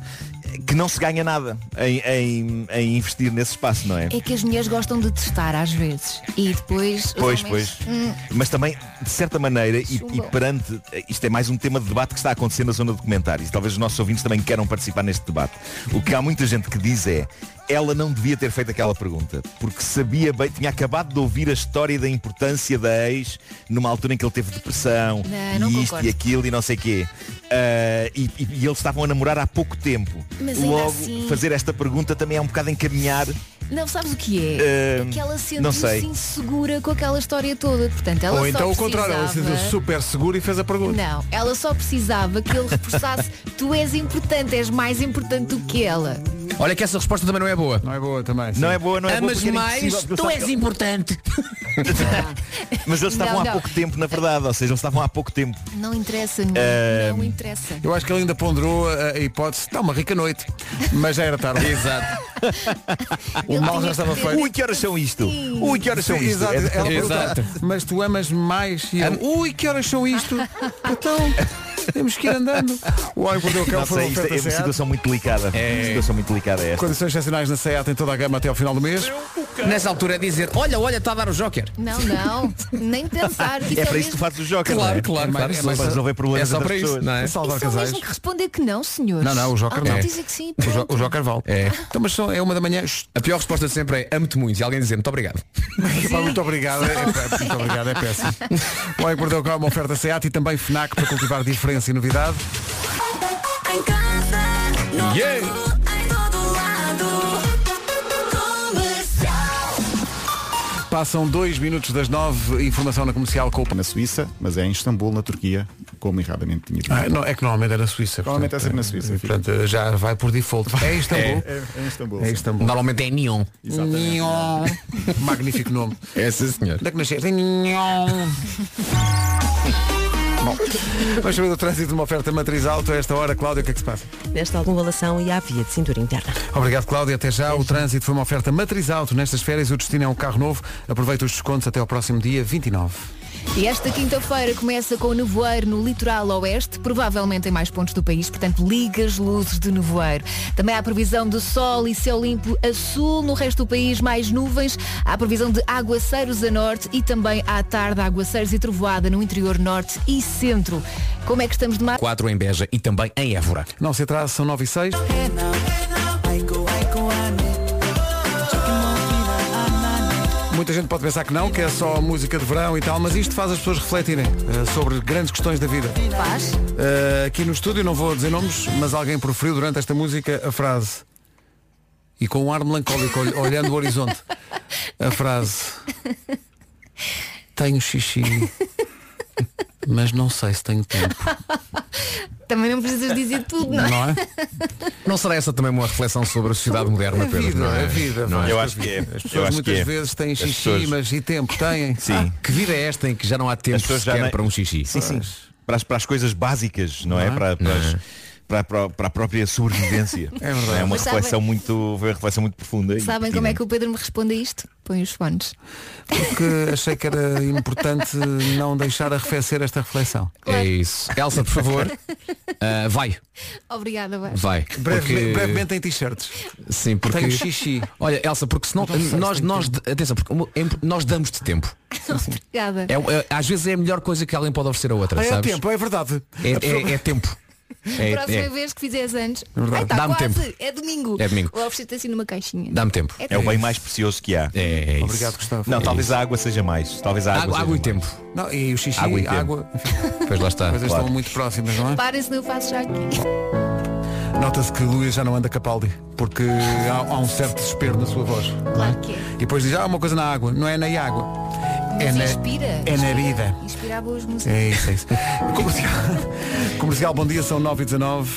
G: que não se ganha nada em, em- em investir nesse espaço, não é?
D: É que as mulheres gostam de testar às vezes. E depois. os
G: Pois,
D: homens-
G: pois. Mas também, de certa maneira, e,
D: Hum. Chumbo.
G: e perante. Isto é mais um tema de debate que está a acontecer na zona de comentários. Talvez os nossos ouvintes também queiram participar neste debate. O que há muita gente que diz é. Ela não devia ter feito aquela pergunta, porque sabia bem, tinha acabado de ouvir a história da importância da ex numa altura em que ele teve depressão,
D: Não, não
G: e isto
D: concordo.
G: e aquilo e não sei quê. Ah, e, e- e eles estavam a namorar há pouco tempo.
D: Mas ainda
G: Logo,
D: assim-
G: fazer esta pergunta também é um bocado encaminhar
D: Não, sabes o que é?
G: Ahm,
D: é que ela
G: Hum, não
D: sentiu-se
G: sei.
D: insegura com aquela história toda. Portanto, ela
A: Ou
D: só
A: então o contrário, ela se
D: precisava...
A: sentiu super seguro e fez a pergunta.
D: Não, ela só precisava que ele reforçasse Tu és importante, és mais importante do que ela
E: Olha que essa resposta também não é boa.
A: Não é boa também. sim.
G: Não é boa, não é boa.
E: Amas
G: porque era
E: Ah, mais,
G: impossível,
E: tu
G: porque
E: és
G: eles-
E: importante.
G: Mas eles estavam
D: Não,
G: há
D: não.
G: pouco tempo, na verdade. Ou seja, eles estavam há pouco tempo.
D: Não interessa, não, não interessa
A: Eu acho que ele ainda ponderou a, a hipótese, está uma rica noite, mas já era tarde. Exato. O
D: Ele
A: mal
D: tinha
A: já
D: que
A: estava
D: ter-
A: feito.
G: Ui, que horas são isto? Ui, que horas são isto?
A: Exato. Ela
G: É-
A: perguntou,
E: Exato.
A: Mas tu amas mais e ele, ui, que horas são isto? Então, temos que ir andando. O homem perdeu o
G: Não
A: cão, foi
G: sei,
A: uma
G: isto é
A: oferta
G: uma
A: SEAT.
G: situação muito delicada. É uma situação muito delicada é esta.
A: Condições excepcionais na SEAT em toda a gama até ao final do mês.
E: Nessa altura é dizer, olha, olha, está a dar o Joker.
D: Não, não, nem pensar Isso
G: É
D: é,
G: para
D: mesmo,
G: isso que tu fazes o joker, não é?
A: É mais- é
E: só
A: mais
G: para resolver problemas
E: É só
G: das
E: para isso,
G: pessoas.
E: não é?
A: A salvar
D: isso é
A: casais.
D: mesmo que responder que não, senhores
A: Não, não, o Joker
D: ah,
A: não.
D: dizem que sim,
A: O,
D: pronto.
A: jo o Joker vale.
E: É.
A: Então, mas são, é uma da manhã. Shhh,
E: A pior resposta sempre é amo-te muito e alguém dizer muito obrigado.
A: pá, muito obrigado. É, é- muito obrigado, é péssimo. O homem perdeu o cão, uma oferta SEAT e também FNAC para cultivar diferença e novidade.
J: Em casa, no
E: Yeah.
J: carro, em todo lado. Comercial.
A: Passam dois minutos das nove. Informação na comercial com o
K: Na Suíça, mas é em Istambul, na Turquia, como erradamente tinha dito.
A: Ah, não, é que normalmente é na Suíça.
K: Normalmente é sempre na Suíça,
A: eh,
K: fica.
A: Portanto, já vai por default. É Istambul.
K: É, é em Istambul.
A: É Istambul.
E: Normalmente é neon.
K: Exatamente.
A: Nhon. Magnífico nome.
E: É sim senhor.
A: Onde é que nasceste? Nhon. Bom, Vamos saber do trânsito de uma oferta matriz alto a esta hora. Cláudia, o que é que se passa?
C: Nesta acumulação e à via de cintura interna.
A: Obrigado, Cláudia. Até já. O trânsito foi uma oferta matriz alto. Nestas férias, o destino é um carro novo. Aproveita os descontos até ao próximo dia 29.
D: E esta quinta-feira começa com o nevoeiro no litoral oeste, provavelmente em mais pontos do país, portanto liga as luzes de nevoeiro. Também há previsão de sol e céu limpo a sul, no resto do país mais nuvens, há previsão de aguaceiros a norte e também à tarde aguaceiros e trovoada no interior norte e centro. Como é que estamos de mar?
E: 4 em Beja e também em Évora.
A: Não se atrasa, são 9 e 6. Muita gente pode pensar que não, que é só música de verão e tal, mas isto faz as pessoas refletirem eh, sobre grandes questões da vida.
D: Paz?
A: Eh, aqui no estúdio, não vou dizer nomes, mas alguém proferiu durante esta música a frase, e com um ar melancólico, olh- olhando o horizonte, a frase, tenho xixi, mas não sei se tenho tempo,
D: Também não precisas dizer tudo, não é?
A: não é?
E: Não será essa também uma reflexão sobre a sociedade moderna,
A: A
E: Pedro?
A: vida,
E: não é?
A: a vida.
E: Não
A: Vasco,
E: é?
G: Eu
A: a
G: acho que é.
A: vida. As
G: Eu
A: pessoas
G: acho
A: muitas
G: que é.
A: vezes Ah, têm
G: As
A: xixi,
G: pessoas-
A: mas e tempo têm.
G: Sim.
E: Que vida é esta em que já não há tempo
G: As pessoas já
E: sequer
G: nem-
E: para um xixi?
G: Sim, sim. Para as, para as coisas básicas, não é?
A: Não é?
G: Para, para, as- para, para, para a própria sobrevivência.
A: É verdade.
G: É uma
D: Mas sabem-
G: reflexão muito. Foi uma reflexão muito profunda. e
D: Sabem como é que o Pedro me responde a isto? Põe os fones.
A: Porque achei que era importante não deixar arrefecer esta reflexão.
E: É isso. Elsa, por favor. ah, vai,
D: Obrigada, Vasco.
E: vai.
A: Breve-
E: Porque-
A: Brevemente em t-shirts.
E: Sim, porque.
A: Tenho xixi.
E: Olha, Elsa, porque senão
A: Mas não sei
E: nós,
A: se tem
E: nós, atenção, porque uma- é imp- nós damos-te tempo.
D: Obrigada.
E: É, é- às vezes é a melhor coisa que alguém pode oferecer a outra,
A: Ah, é
E: sabes?
A: tempo, é verdade.
E: É, é- é tempo. É-
D: Próxima
E: é-
D: vez que fizeres anos.
A: verdade.
D: Ai, tá
E: Dá-me
D: quase. É domingo.
E: É domingo.
D: Ou oferecer-te assim numa caixinha.
E: Dá-me tempo. É,
G: É o bem mais precioso que há.
E: é isso.
A: Obrigado, Gustavo.
G: Não, talvez a água seja mais. Talvez a água.
E: Água,
G: seja
E: água e
G: mais.
E: tempo.
A: Não, e o xixi, água,
G: Água e tempo.
A: água enfim,
E: Pois lá está.
A: coisas
G: Claro.
A: estão muito próximas, não é?
D: Parem-se, não eu faço já aqui.
A: Nota-se que Luís já não anda Capaldi, porque há, há um certo desespero na sua voz.
D: Claro que é.
A: E depois diz, ah, uma coisa na água. Não é na água. é
D: Mas
A: na,
D: inspira.
A: É na vida.
D: Inspirar boas músicas.
A: É isso, é isso. Comercial, Comercial, bom dia, são 9 e 19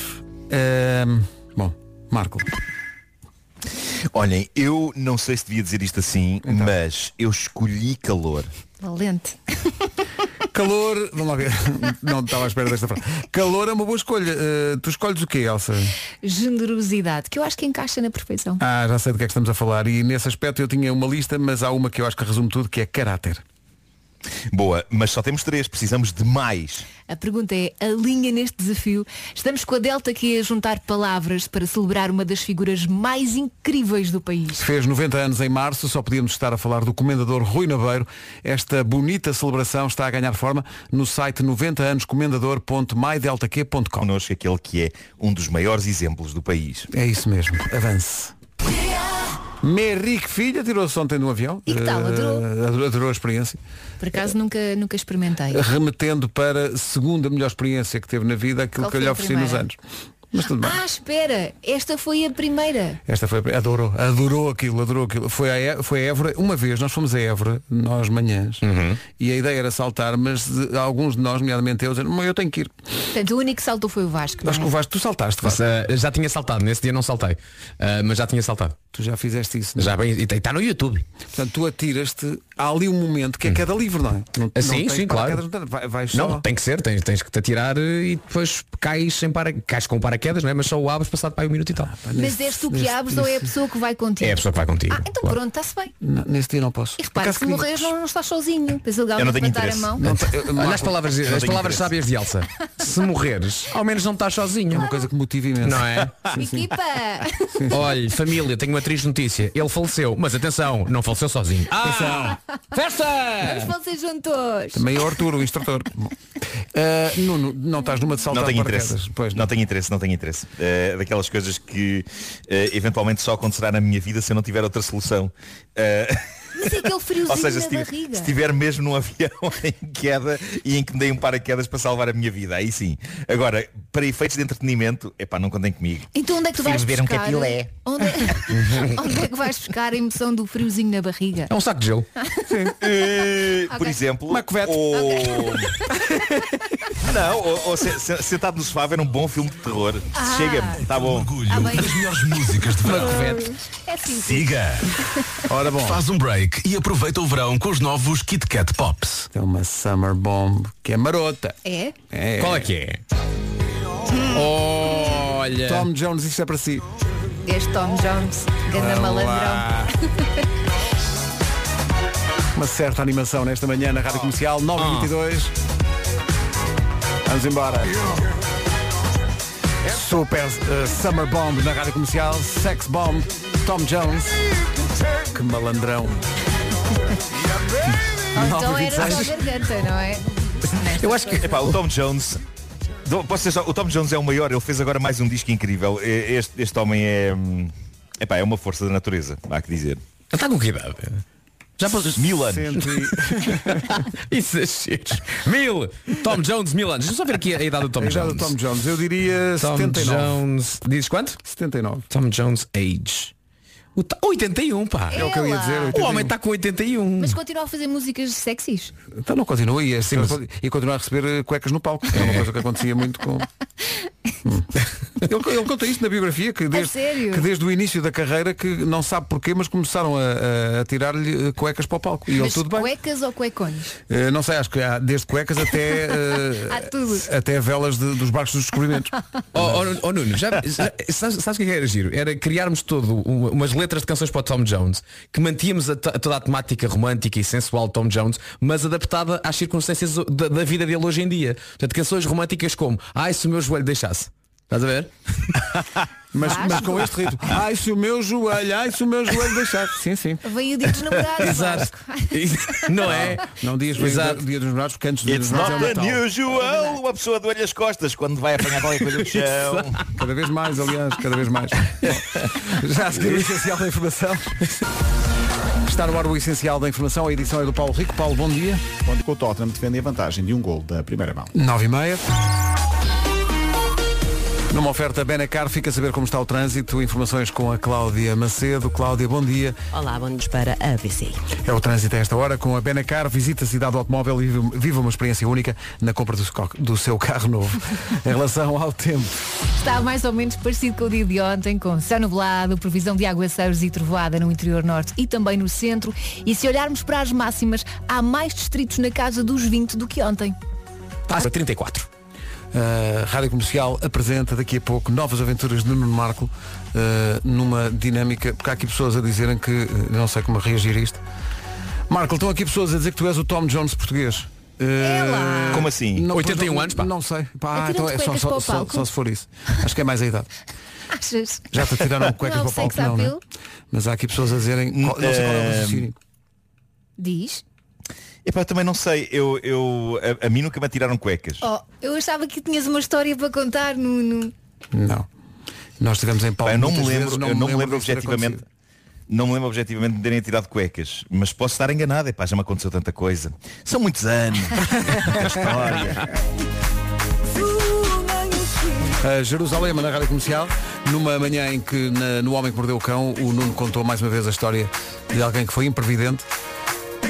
A: Bom, Marco.
G: Olhem, eu não sei se devia dizer isto assim,
A: Então.
G: mas eu escolhi calor.
D: Valente.
A: Calor, vamos lá ver. Não estava à espera desta frase. Calor é uma boa escolha. Eh, tu escolhes o quê, Elsa?
D: Generosidade, que eu acho que encaixa na perfeição.
A: Ah, já sei do que é que estamos a falar. E nesse aspecto eu tinha uma lista, mas há uma que eu acho que resume tudo, que é caráter.
G: Boa, mas só temos três, precisamos de mais.
D: A pergunta é, a linha neste desafio? Estamos com a Delta aqui a juntar palavras para celebrar uma das figuras mais incríveis do país.
A: Fez 90 anos em março, só podíamos estar a falar do Comendador Rui Nabeiro. Esta bonita celebração está a ganhar forma no site 90anoscomendador.mydeltaq.com.
G: Connosco aquele que é um dos maiores exemplos do país.
A: É isso mesmo. Avance. Merrick Filha tirou-se ontem de um avião.
D: E que tal? Adorou?
A: Eh, adorou, adorou a experiência.
D: Por acaso nunca, nunca experimentei.
A: Ah. Remetendo para a segunda melhor experiência que teve na vida, aquilo
D: Qual
A: que eu
D: foi
A: lhe
D: a
A: ofereci nos
D: primeira?
A: anos. Mas tudo bem.
D: Ah, espera, esta foi a primeira.
A: Esta foi a pri- adorou, adorou aquilo, adorou aquilo. Foi a, É- foi a Évora, uma vez nós fomos a Évora, nós manhãs,
E: Uhum.
A: e a ideia era saltar, mas eh, alguns de nós, nomeadamente eu, disseram, "Mas eu tenho que ir.
D: Portanto, o único que saltou foi o Vasco.
A: Acho que
D: não
A: o
D: é?
A: Vasco, tu saltaste, Vasco.
E: Se- ah, já tinha saltado, nesse dia não saltei. Ah, mas já tinha saltado.
A: Tu já fizeste isso. não é?
E: Já bem, e está no YouTube.
A: Portanto, tu atiras-te, há ali um momento que é queda livre, não é? Não, não
E: Uhum. Ah, sim,
A: tens
E: sim, claro.
A: paraquedas, Vai, vai só.
E: Não, tem que ser, tens, tens que te atirar eh, e depois cais, sem para, cais com paraquedas, não é? mas só o abres passado para aí um minuto e tal.
D: Mas és tu que
A: neste-
D: abres ou é a pessoa que vai contigo?
E: É a pessoa que vai contigo.
D: Ah, então
E: claro.
D: pronto, está-se bem.
A: Não, Nesse dia não posso.
D: E
A: Por
D: repara,
A: acaso
D: se
A: queria-
D: morreres não, não estás sozinho. Tens
G: Eu não
D: legalmente
G: tenho
D: levantar a
G: interesse.
D: mão.
A: Não, eu- eu-
E: Olha
A: Marco,
E: as palavras,
G: não
E: as
G: tenho
E: palavras
G: interesse.
E: sábias de Elsa. Se morreres, ao menos não estás sozinho.
A: é Uma coisa que motiva imenso.
E: Não é?
D: Equipa!
E: Olha, família, tenho uma triste notícia. Ele faleceu, mas atenção, não faleceu sozinho. Ah! Festa!
D: Vamos vocês juntos!
A: Também é o Arthur, o instrutor. Bom. Ah, Nuno, não estás numa de saltar
G: Não tenho
A: paraquedas.
G: interesse.
A: Pois,
G: não tenho interesse, não tenho interesse. Eh, daquelas coisas que eh, eventualmente só acontecerá na minha vida se eu não tiver outra solução. Eh,
D: Mas é aquele friozinho
G: Ou seja,
D: na
G: se tiver,
D: barriga.
G: se tiver mesmo num avião em queda e em que me dei um paraquedas para salvar a minha vida, aí sim. Agora, para efeitos de entretenimento, epá, não contem comigo.
D: Então onde é que tu vais
G: Prefiro ver um
D: buscar?
G: capilé.
D: onde, é... onde é que vais buscar a emoção do friozinho na barriga? Tá
E: É um saco de gelo.
G: Eh, Por exemplo,
A: Uma covete.
G: ou... Não, ou, ou se- se- sentado no sofá ver um bom filme de terror. Chega-me, tá bom.
B: Orgulho
D: Ah, bem.
B: das melhores músicas de verão.
D: É simples.
B: Siga.
A: Ora bom.
B: Faz um break e aproveita o verão com os novos Kit Kat Pops.
A: É uma summer bomb que é marota.
D: É?
A: É.
E: Qual é que é? Olha!
A: Tom Jones, isto é para si.
D: Este Tom Jones, ganda malandrão.
A: Uma certa animação nesta manhã na Rádio Comercial, 922. Vamos embora. Super eh, Summer Bomb na Rádio Comercial, Sex Bomb, Tom Jones. Que malandrão.
D: Ou então era só
A: 9,26.
D: garganta, não é?
G: Eu acho que. Epá, o Tom Jones. Do- Posso dizer só, o Tom Jones é o maior, ele fez agora mais um disco incrível. E- Este, este homem é. hum, Epá, é uma força da natureza, há que dizer.
E: Está tá com que idade? Já passou.
G: Mil anos.
E: Exageros. é Mil! Tom Jones, mil anos. Deixa eu só ver aqui a idade do Tom
A: É já do
E: Jones.
A: Tom Jones, eu diria
E: Tom
A: 79.
E: Jones. Dizes quanto?
A: 79.
E: Tom Jones Age. O ta- 81, pá.
A: É o que eu ia dizer.
E: O
A: 81.
E: homem está com 81.
D: Mas continua a fazer músicas sexys.
A: Então não continua e, assim,
E: mas-
A: e continua a receber eh, cuecas no palco. que É uma coisa que acontecia muito com. Hum. Ele, ele conta isto na biografia que desde,
D: É sério?
A: que desde o início da carreira que não sabe porquê, mas começaram a, a- a tirar-lhe eh, cuecas para o palco. E ele
D: Mas
A: tudo bem.
D: cuecas ou cuecões?
A: Eh, não sei, acho que há desde cuecas até, eh,
D: Há tudo.
A: até velas de- dos barcos dos descobrimentos.
E: Oh, oh, oh, Nuno, já, já- sabes, sabes o que é que era giro? Era criarmos todo uma- umas letras de canções para o Tom Jones, que mantíamos a to- toda a temática romântica e sensual de Tom Jones, mas adaptada às circunstâncias o- da, da vida dele hoje em dia. Portanto, canções românticas como Ai se o meu joelho deixasse. Estás a ver?
A: Mas,
D: Vasco.
A: mas com este ritmo. Ai, se o meu joelho, ai, se o meu joelho deixar. Sim, sim.
D: Vem o dia dos namorados. Vasco.
E: Não é?
A: Não dias bem
E: Exato.
A: do- dia dos namorados, porque antes do dia dos
G: It's
A: namorados é o
G: not
A: Natal.
G: unusual uma pessoa de olho as costas quando vai apanhar qualquer coisa no chão.
A: é Cada vez mais, aliás, cada vez mais. Bom, Já a seguir o essencial da informação. Está no ar o essencial da informação, a edição é do Paulo Rico. Paulo, bom dia.
K: Quando com o Tottenham defende a vantagem de um gol da primeira mão.
A: 9 e meia. Numa oferta Benacar, fica a saber como está o trânsito. Informações com a Cláudia Macedo. Cláudia, bom dia.
C: Olá, bom dia para a ABC.
A: É o trânsito a esta hora com a Benacar. Visita a cidade do automóvel e vive- viva uma experiência única na compra do, sco- do seu carro novo. em relação ao tempo,
D: Está mais ou menos parecido com o dia de ontem, com céu nublado, previsão de aguaceiros e trovoada no interior norte e também no centro. E se olharmos para as máximas, há mais distritos na casa dos 20 do que ontem.
E: Passa para 34.
A: a Rádio Comercial apresenta daqui a pouco novas aventuras de Nuno Marco eh, numa dinâmica, porque há aqui pessoas a dizerem que, eh, não sei como reagir a isto. Marco, estão aqui pessoas a dizer que tu és o Tom Jones português.
D: É
A: Eh,
G: Como assim?
A: Não,
E: 81
A: pois,
E: anos, pá.
A: Não sei. Pá,
D: Atiram-te
A: então é só,
D: cuecas
A: só-
D: para o
A: só-
D: palco?
A: só se for isso. Acho que é mais a idade.
D: Achas?
A: Já te tiraram cuecas
D: Não,
A: para o palco,
D: sex
A: não, né?
D: appeal.
A: Mas há aqui pessoas a dizerem. qual- não sei qual
G: eh,
A: é o raciocínio.
D: Diz.
G: Epá, eu também não sei. Eu, eu, a, a mim nunca me tiraram cuecas.
D: Oh, eu achava que tinhas uma história para contar, Nuno.
A: Não. Nós estivemos em palco.
G: Pá, eu não me
A: muitas
G: lembro,
A: vezes,
G: eu não me lembro
A: disso ter
G: objetivamente.
A: acontecido.
G: Não me lembro objetivamente de me terem tirado cuecas, mas posso estar enganado, epá, já me aconteceu tanta coisa. São muitos anos, muita história.
A: A Jerusalém, na rádio comercial, numa manhã em que na- no Homem que Mordeu o Cão, o Nuno contou mais uma vez a história de alguém que foi imprevidente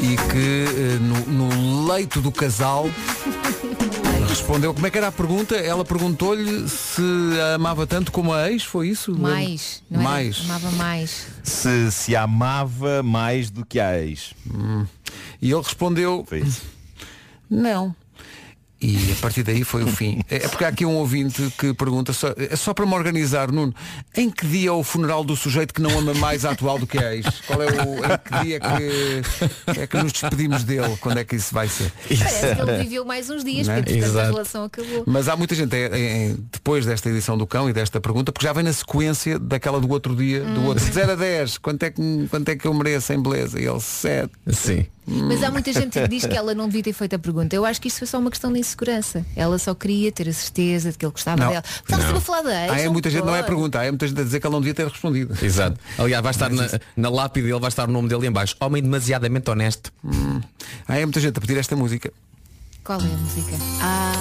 A: e que eh, no, no leito do casal. Respondeu, como é que era a pergunta? Ela perguntou-lhe se a amava tanto como a ex, foi isso?
D: Mais. Não era?
A: Mais.
D: Amava mais.
G: Se, se a amava mais do que a ex.
A: E ele respondeu,
G: Foi isso.
A: Não. E a partir daí foi o fim. É porque há aqui um ouvinte que pergunta, só, é só para me organizar, Nuno, em que dia é o funeral do sujeito que não ama mais a atual do que a ex? Qual é o em que dia que, é que nos despedimos dele? Quando é que isso vai ser?
D: Parece que ele viveu mais uns dias,
A: Não é?
D: porque entretanto, a
E: Exato.
D: relação acabou.
A: Mas há muita gente, é, é, é, depois desta edição do cão e desta pergunta, porque já vem na sequência daquela do outro dia, do outro. 0 a 10, quanto é, que, quanto é que eu mereço em beleza? E ele 7.
E: Sim.
D: Mas há muita gente que diz que ela não devia ter feito a pergunta. Eu acho que isso foi só uma questão de insegurança. Ela só queria ter a certeza de que ele gostava
A: Não.
D: dela. Estava sempre a falar da ex.
A: Há é
D: não
A: muita gente, não é
D: pode.
A: pergunta, há é muita gente a dizer que ela não devia ter respondido.
E: Exato. Aliás, vai estar na, na lápide dele, vai estar o nome dele em baixo. Homem demasiadamente honesto.
A: Há é muita gente a pedir esta música.
D: Qual é a música? Ah,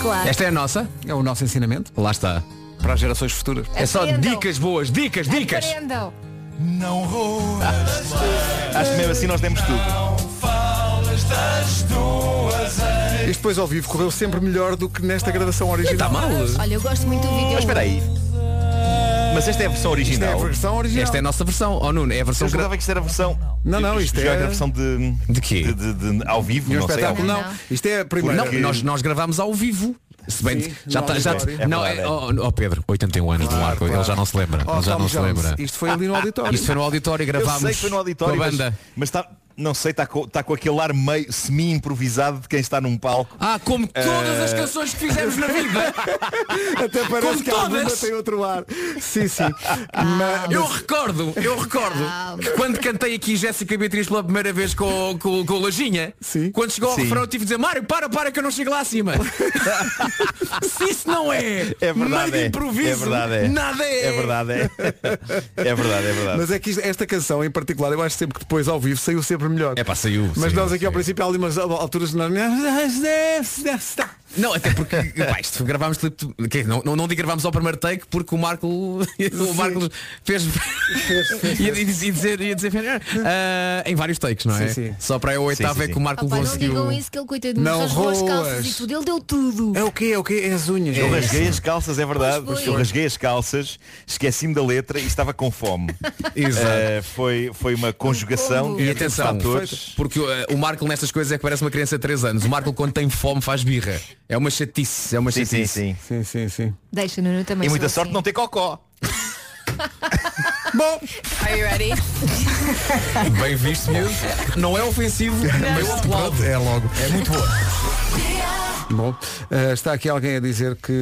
D: claro.
E: Esta é a nossa?
A: É o nosso ensinamento
E: Lá está.
A: para as gerações futuras.
E: É só
D: Aprendam.
E: dicas boas, dicas, dicas.
D: Aprendam.
G: Acho que mesmo assim nós demos tudo.
A: Isto depois ao vivo correu sempre melhor do que nesta gravação original.
E: Está Tá mal.
D: Olha, eu gosto muito do vídeo.
G: Mas espera aí. Mas esta é a versão
A: Isto é a
G: original.
A: versão original.
E: Esta é a nossa versão. Oh Nuno, é a
G: Eu
E: versão gra...
G: jurava que isto era a versão.
A: Não, não,
G: Eu
A: isto
G: jurava
A: é-
G: que era a versão de.
E: De quê?
G: de- de- de- ao vivo,
A: Nenhum
G: não sei. Ao
A: um espetáculo,
G: vivo.
A: não.
D: não.
A: Isto é a primeira.
E: Não, nós, nós gravámos ao vivo. Se bem
A: Sim,
E: já
A: no
E: tá, já
A: auditório.
G: É
E: não,
G: verdade,
E: é,
G: é.
E: oh, oh, Pedro, 81 anos do Marco, ele já não se lembra.
A: Oh,
E: ele já
A: Tom
E: não se
A: Jones,
E: lembra. Ah,
A: Isto foi ali no auditório.
E: Isto foi no auditório,
G: Eu
E: gravámos
G: sei que foi no auditório,
E: com a
G: mas-
E: banda.
G: mas está. Não sei, está com, está com aquele ar meio semi-improvisado de quem está num palco.
E: Ah, como
A: Eh,
E: todas as canções que fizemos na vida.
A: Até
E: Como todas.
A: outro ar. Sim, sim. Ma-
E: Eu recordo, eu recordo que quando cantei aqui Jéssica Beatriz pela primeira vez com, o- com, o- com o Lajinha,
A: Sim.
E: quando chegou ao
G: Sim.
E: refrão eu tive de dizer Mário, para, para que eu não chego lá acima. Se isso não é,
G: É verdade,
E: meio
G: é.
E: improviso,
G: É verdade, é.
E: nada é.
G: É verdade, é. É verdade, é verdade.
A: Mas é que isto- esta canção em particular, eu acho sempre que depois ao vivo saiu sempre melhor.
E: É pá, saiu.
A: Mas
E: saiu,
A: nós aqui ao
E: saiu.
A: princípio há ali umas alturas nós-
E: Não, até porque pá, isto gravámos clipe de- quer dizer, não, não, não digo gravámos ao primeiro take porque o Marco o Marco fez ia, ia dizer, ia dizer ah, em vários takes, não é?
A: Sim, sim.
E: Só para a
G: Sim,
E: oitava
G: sim,
E: é que
G: sim.
E: o Marco
D: Opa, não
E: conseguiu.
D: digam isso que ele coitadinho
A: Não
D: rasgou as calças
A: roas.
D: e tudo. Ele deu tudo.
A: É o quê? É o quê? É as unhas.
G: Eu rasguei as calças, é verdade.
D: Pois foi.
G: Eu rasguei as calças, esqueci-me da letra e estava com fome.
E: Exato.
G: Eh, foi, foi uma conjugação
D: combo.
E: E
G: de
E: atenção,
G: fatores.
E: porque eh, o Marco nestas coisas é que parece uma criança de 3 anos. O Marco quando tem fome faz birra. É uma chatice, é uma
G: Sim, sim,
E: chatice.
G: sim.
A: Sim, sim, sim.
D: Deixa, Nuno, eu também.
G: E
D: sou
G: muita
D: assim.
G: sorte não ter cocó.
A: Bom,
E: Bem visto, miúdo. Não é ofensivo, mas eu aplaudo.
A: pronto, é logo.
E: É muito bom.
A: Bom, eh, está aqui alguém a dizer que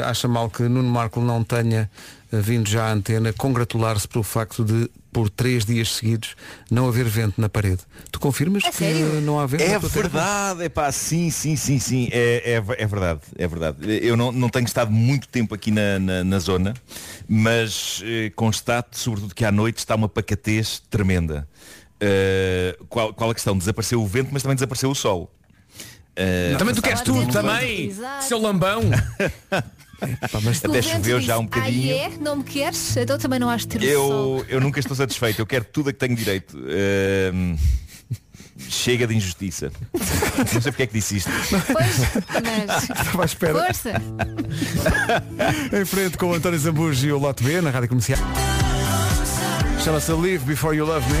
A: eh, acha mal que Nuno Marco não tenha eh, vindo já à antena congratular-se pelo facto de, por três dias seguidos, não haver vento na parede. Tu confirmas que
D: sério?
A: não há vento
G: É
A: na tua terra?
G: verdade, é pá, sim, sim, sim, sim, é, é, ver- é verdade, é verdade. Eu não, não tenho estado muito tempo aqui na, na, na zona, mas eh, constato, sobretudo, que à noite está uma pacatez tremenda. Eh, qual, qual a questão? Desapareceu o vento, mas também desapareceu o sol. Eh,
E: também tu queres
D: Pode
E: tudo,
D: ser.
E: também.
D: Exato.
E: Seu lambão.
A: Epá, mas
G: Até choveu já um
D: Aí
G: bocadinho.
D: é, não me queres? Então também não has de ter o sol.
G: Eu, eu nunca estou satisfeito, eu quero tudo a que tenho direito. Ahm, chega de injustiça. Não sei porque é que disse isto.
D: Pois, mas
A: Estava à espera.
D: força.
A: em frente com o António Zambujo e o Lote B na Rádio Comercial. Chama-se Live Before You Love Me.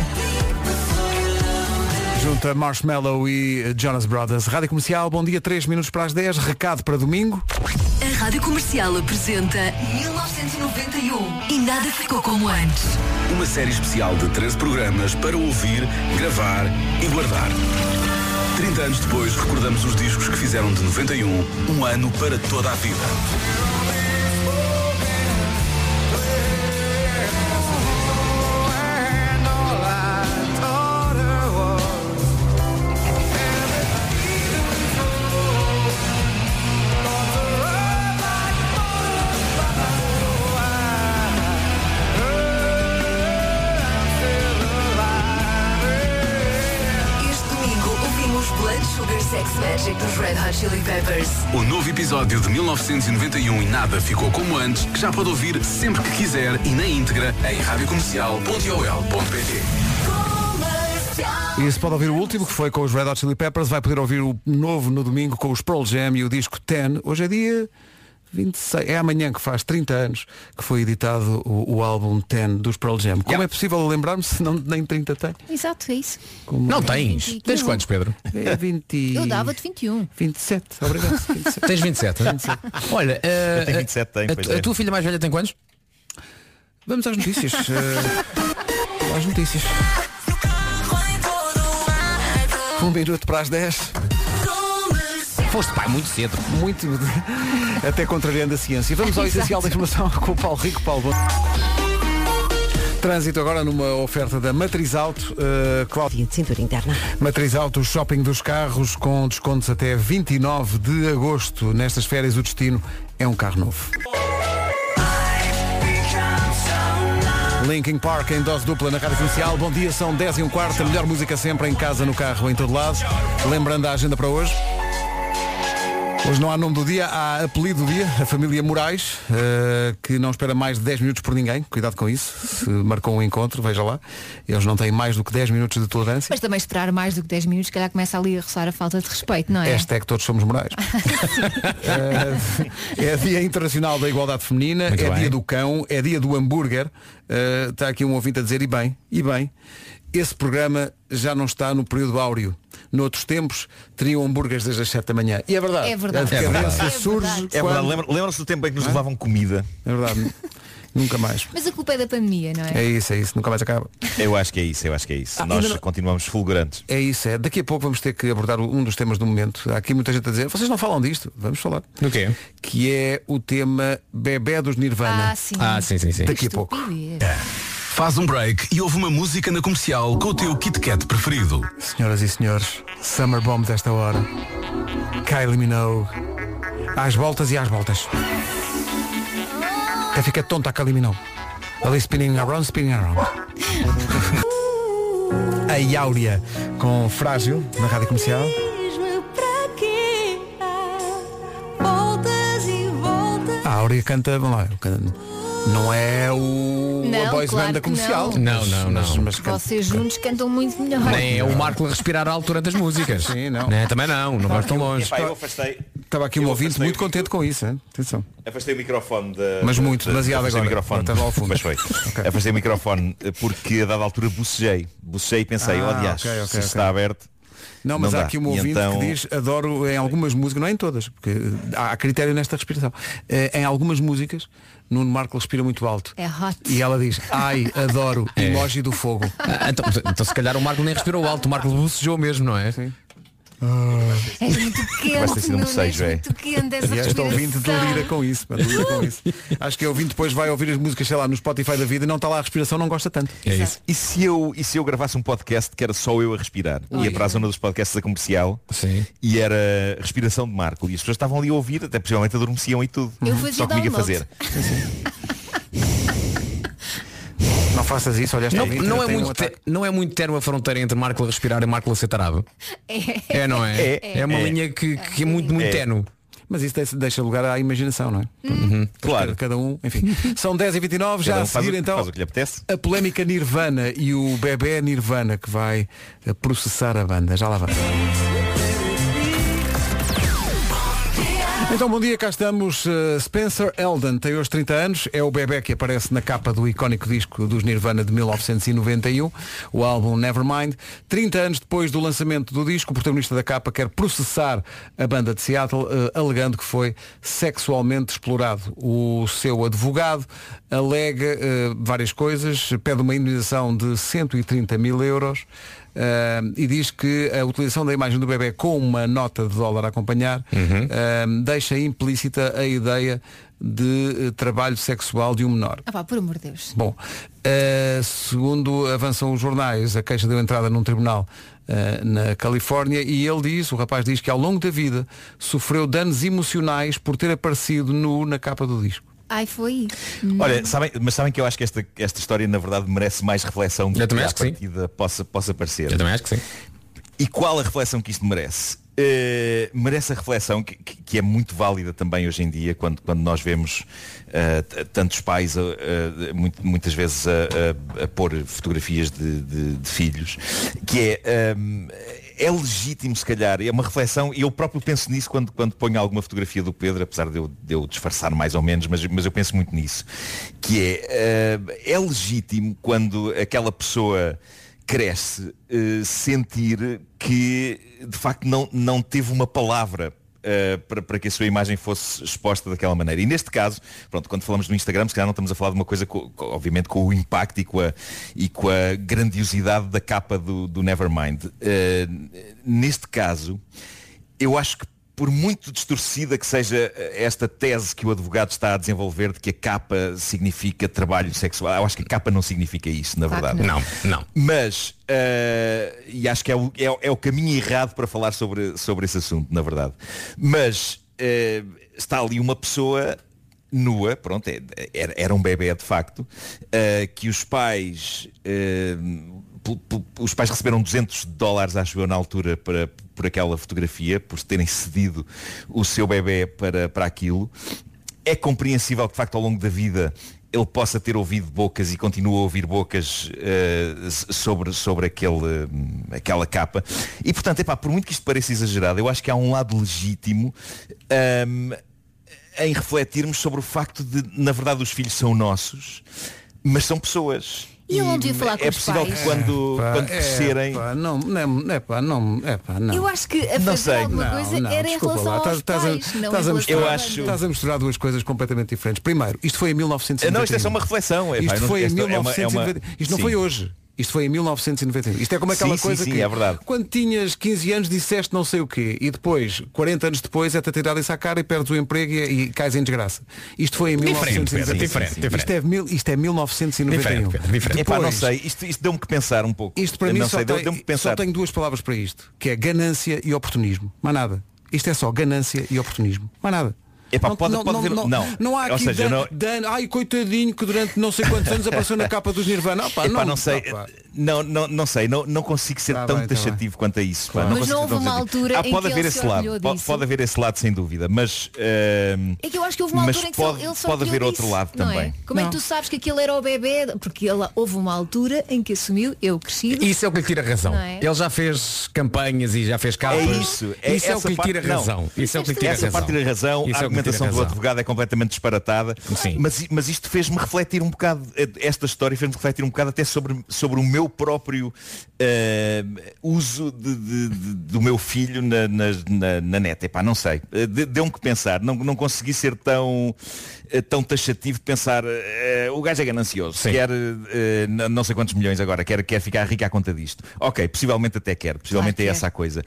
A: Junto a Marshmallow e Jonas Brothers. Rádio Comercial, bom dia, 3 minutos para as 10. Recado para domingo.
L: A Rádio Comercial apresenta 1991 e nada ficou como antes.
B: Uma série especial de 13 programas para ouvir, gravar e guardar. 30 anos depois, recordamos os discos que fizeram de 91 um ano para toda a vida.
L: Este domingo ouvimos Blood Sugar Sex Magic dos Red Hot Chili Peppers.
B: O novo episódio de 1991 e nada ficou como antes, que já pode ouvir sempre que quiser e na íntegra em radiocomercial.ol.pt.
A: E se pode ouvir o último, que foi com os Red Hot Chili Peppers, vai poder ouvir o novo no domingo com os Pearl Jam e o disco 10. Hoje é dia 26, é amanhã que faz 30 anos que foi editado o, o álbum 10 dos Pearl Jam. Como é possível lembrar-me se não, nem 30 tem?
D: Exato, é isso.
A: Como
E: Não tens. Tens quantos, Pedro?
A: É 20...
D: Eu dava-te 21.
A: 27, obrigado. 27.
E: Tens 27. né? Olha, eh,
G: Eu tenho 27, tenho,
E: a,
G: pois
E: tu- a
G: é.
E: tua filha mais velha tem quantos?
A: Vamos às notícias. eh, às notícias. Um minuto para as 10.
E: Foste pai muito cedo.
A: Muito. Até contrariando a ciência. Vamos ao essencial da informação com o Paulo Rico. Paulo, bom. Trânsito agora numa oferta da Matriz Auto. eh, Cláudio.
C: Dia de cintura interna.
A: Matriz Auto, o shopping dos carros com descontos até 29 de agosto. Nestas férias, o destino é um carro novo. Linkin Park em dose dupla na Rádio Comercial. Bom dia, são 10 e um quarto. A melhor música sempre em casa, no carro, em todo lado. Lembrando a agenda para hoje. Hoje não há nome do dia, há apelido do dia, a família Moraes, eh, que não espera mais de 10 minutos por ninguém, cuidado com isso, se marcou um encontro, veja lá, eles não têm mais do que 10 minutos de tolerância.
D: Mas também esperar mais do que 10 minutos, se calhar começa ali a roçar a falta de respeito, não é?
A: Hashtag todos somos morais. é, é dia internacional da igualdade feminina,
E: Muito
A: é
E: bem.
A: dia do cão, é dia do hambúrguer. Eh, Está aqui um ouvinte a dizer, e bem, e bem, esse programa já não está no período áureo. Noutros tempos teriam hambúrgueres desde as 7 da manhã. E é verdade.
D: É verdade.
A: A
D: É
A: decadência
D: verdade.
A: surge.
D: É
G: É verdade,
A: quando-
G: lembra- lembram-se do tempo em que nos levavam comida?
A: É verdade. Nunca mais.
D: Mas a culpa é da pandemia, não
A: É
D: é?
A: isso, é isso, nunca mais acaba.
G: Eu acho que é isso, eu acho que é isso.
A: Ah,
G: Nós
A: ainda não-
G: continuamos fulgurantes.
A: É isso, é. Daqui a pouco vamos ter que abordar o- um dos temas do momento. Há aqui muita gente a dizer, vocês não falam disto, vamos falar.
E: Do quê?
A: Que é o tema Bebé dos Nirvana.
D: Ah, sim.
E: Ah, sim, sim, sim.
A: Daqui a pouco.
D: Estupidez.
G: É,
B: Faz um break e ouve uma música na comercial com o teu Kit Kat preferido.
A: Senhoras e senhores, Summer Bomb desta hora. Kylie Minogue. Às voltas e às voltas. Até fica tonta a Kylie Minogue. Ali spinning around, spinning around. a Áurea com Frágil na rádio comercial. A Áurea canta, vamos lá, canta- não é o
D: Não,
A: a boys
D: claro
A: band da
D: que
A: comercial.
E: não.
A: Mas-
E: Não, não,
A: mas-
E: não.
A: mas canta-
D: Vocês juntos cantam muito melhor.
E: Nem é o Marco a respirar alto durante as músicas.
A: Sim, não.
E: Né, Também não, não vais tão longe.
G: Epá, eu afastei.
A: Estava tá- aqui um
G: Eu
A: ouvinte
G: afastei
A: muito
G: o micro-
A: contente com isso, hein? atenção.
G: Afastei o microfone da.
A: Mas muito,
G: da-
A: demasiado
G: afastei
A: agora.
G: O microfone.
A: Agora estava ao fundo.
G: Mas foi.
A: Ok.
G: Afastei o microfone eh, porque a dada altura bocejei. Bocejei e pensei,
A: Ah,
G: oh, aliás,
A: ok, ok,
G: se
A: ok.
G: está aberto.
A: Não, mas
G: Não
A: há
G: dá.
A: aqui um
G: E
A: ouvinte
G: então-
A: que diz adoro em algumas músicas, não é em todas, porque há critério nesta respiração. Eh, Em algumas músicas, Nuno Marco respira muito alto.
D: É hot.
A: E ela diz, ai, adoro,
G: É.
A: emoji do fogo.
E: Ah, então, então se calhar o Marco nem respirou alto, o Marco bocejou mesmo, não é?
D: És É muito
G: Vai ter
D: quente,
G: sido um
D: Nuno, és
G: bocejo, é.
D: muito quente essa
A: Aliás, este ouvinte
D: respiração.
A: delira com isso. pá, delira com isso. Acho que é ouvinte depois vai ouvir as músicas, sei lá, no Spotify da vida e não está lá a respiração, não gosta tanto.
E: É isso.
G: E se eu, e se eu gravasse um podcast que era só eu a respirar? Ia para a zona dos podcasts da comercial
E: Sim.
G: e era respiração de Marco. E as pessoas estavam ali a ouvir, até possivelmente adormeciam e tudo.
D: Eu fazia
G: só comigo a
D: download.
G: fazer.
A: Não faças isso, olha esta
E: Não,
A: ouvinte,
E: não
A: ainda
E: é
A: tem
E: muito
A: um
E: te-
A: ataque.
E: não é muito termo a fronteira entre Marco a respirar e Marco a ser tarado.
D: É.
E: É, não é?
G: É.
E: uma
G: É.
E: linha que, que é muito, muito
G: É.
E: terno.
A: Mas isso deixa- deixa lugar à imaginação, não é? Claro. Cada um, enfim. São 10h29, já
G: Uhum. Cada um
A: a
G: faz o
A: seguir
G: que-
A: então.
G: faz o que lhe apetece.
A: A polémica Nirvana e o bebê Nirvana que vai eh, processar a banda. Já lá vai. Então, bom dia, cá estamos. Eh, Spencer Eldon tem hoje 30 anos, é o bebê que aparece na capa do icónico disco dos Nirvana de 1991, o álbum Nevermind. 30 anos depois do lançamento do disco, o protagonista da capa quer processar a banda de Seattle, eh, alegando que foi sexualmente explorado. O seu advogado alega eh, várias coisas, pede uma indenização de 130 mil euros. eh, e diz que a utilização da imagem do bebê com uma nota de dólar a acompanhar
M: Uhum.
A: Ahm, deixa implícita a ideia de eh, trabalho sexual de um menor.
D: Ah pá, por amor de Deus.
A: Bom, eh, segundo avançam os jornais, a queixa deu entrada num tribunal eh, na Califórnia e ele diz, o rapaz diz que ao longo da vida sofreu danos emocionais por ter aparecido nu na capa do disco.
D: Ai, foi.
G: Olha, sabem, mas sabem que eu acho que esta, esta história na verdade merece mais reflexão do
E: Eu
G: que
E: também
G: à
E: acho que sim.
G: partida possa, possa parecer.
E: Eu também acho que sim.
G: E qual a reflexão que isto merece? Eh, merece a reflexão que, que- que é muito válida também hoje em dia quando, quando nós vemos eh, t- tantos pais eh, eh, muito- muitas vezes a, a- a pôr fotografias de, de- de filhos que é ehm, é legítimo se calhar é uma reflexão e eu próprio penso nisso quando, quando ponho alguma fotografia do Pedro apesar de eu, de eu disfarçar mais ou menos mas, mas eu penso muito nisso que é eh, é legítimo quando aquela pessoa cresce eh, sentir que de facto não, não teve uma palavra eh, para, para que a sua imagem fosse exposta daquela maneira. E neste caso, pronto, quando falamos do Instagram, se calhar não estamos a falar de uma coisa, co- co- obviamente, com o impacto e com a, e com a grandiosidade da capa do, do Nevermind. Eh, neste caso, eu acho que por muito distorcida que seja eh, esta tese que o advogado está a desenvolver de que a capa significa trabalho sexual, eu acho que a capa não significa isso, na
E: Claro que
G: verdade.
E: não. Não, não.
G: Mas, eh, e acho que é o, é o- é o caminho errado para falar sobre, sobre esse assunto, na verdade. Mas eh, está ali uma pessoa nua, pronto, é- era, era um bebê de facto, eh, que os pais. eh, pu- pu- os pais receberam 200 dólares, acho eu, na altura, para, por aquela fotografia, por terem cedido o seu bebê para, para aquilo. É compreensível que, de facto, ao longo da vida ele possa ter ouvido bocas e continua a ouvir bocas eh, s- sobre, sobre aquele, hum, aquela capa. E, portanto, epá, por muito que isto pareça exagerado, eu acho que há um lado legítimo hum, em refletirmos sobre o facto de, na verdade, os filhos são nossos, mas são pessoas.
D: E eu não devia falar com
G: é
D: os
G: possível
D: pais?
G: que quando,
A: Pá,
G: quando
A: é,
G: crescerem...
A: pá, não, não, é, pá, não, é, pá, não.
D: Eu acho que a
G: Não
D: fazer
G: sei.
D: alguma
G: Não,
D: coisa
A: não,
D: era em
A: desculpa
D: relação
A: lá, estás-
D: aos
A: estás a-
D: pais, não
A: estás a
D: em relação
A: misturar-
D: à banda.
A: Estás a misturar duas coisas completamente diferentes. Primeiro, isto foi em 1991.
G: Não, isto é só uma reflexão, é, pá,
A: isto
G: eu não-
A: foi em
G: esta é uma- é uma-
A: 1990. Isto não
G: Sim.
A: foi hoje. Isto foi em 1991. Isto é como aquela
G: Sim, sim,
A: coisa
G: sim,
A: que
G: é verdade.
A: quando tinhas 15 anos disseste não sei o quê e depois, 40 anos depois, é-te tirado isso à cara e perdes o emprego e, e cais em desgraça. Isto foi em
E: Diferente, Pedro,
A: 1991.
E: diferente,
A: Isto
E: diferente.
A: é, mil- isto é 1991.
E: Diferente, Pedro, diferente.
G: Epá, não
A: Depois-
G: sei, isto, isto deu-me que pensar um pouco.
A: isto para mim
G: não
A: só,
G: sei, deu-
A: tem,
G: deu-me que pensar.
A: só tem duas palavras para isto, que é ganância e oportunismo. Mais nada. Isto é só ganância e oportunismo. Mais nada.
G: Epá, pode- pode haver-
A: não,
G: não.
A: não há
G: Ou
A: aqui
G: seja,
A: dan-
G: não-
A: dan- ai coitadinho que durante não sei quantos anos apareceu na capa dos Nirvana. Opá,
G: Epá,
A: não,
G: não, sei,
A: opá.
G: não, não, não sei, não, não consigo ser
A: Tá
G: tão
A: bem, tá
G: taxativo quanto a isso. pá,
D: Mas não
G: consigo ser
D: houve
G: tão
D: uma
G: taxativo.
D: altura
G: ah,
D: em
G: pode
D: que
G: haver
D: ele se
G: esse lado,
D: orgulhou
G: pode,
D: disso.
G: pode haver esse lado sem dúvida, mas ehm,
D: É que eu acho que houve uma
G: mas
D: altura em que só-
G: pode,
D: ele só
G: pode
D: criou
G: haver
D: disso,
G: outro lado
D: não é?
G: também.
D: Como é que tu sabes que aquilo era o bebê? Porque ele, houve uma altura em que assumiu, eu crescido.
E: Isso é o que lhe tira razão.
D: Não é?
E: Ele já fez campanhas e já fez capas.
G: É isso, é
E: isso é o
G: essa
E: que lhe tira
G: parte- não.
E: razão. Isso é o que lhe tira
G: Essa
E: razão.
G: parte da razão,
E: Isso
G: a
E: é o que lhe
G: argumentação
E: tira
G: do
E: razão.
G: advogado é completamente disparatada,
E: Sim.
G: mas, mas isto fez-me refletir um bocado, esta história fez-me refletir um bocado até sobre, sobre o meu próprio eh, uso de- de- de- do meu filho na, na, na, na net. Epá, não sei, Eh, de- deu-me que pensar, não, não consegui ser tão, eh, tão taxativo de pensar, eh, o gajo é ganancioso,
E: Sim.
G: quer eh, n- não sei quantos milhões agora, quer, quer ficar rico à conta disto. Ok, possivelmente até quer, possivelmente
D: Claro que
G: é
D: é.
G: essa a coisa.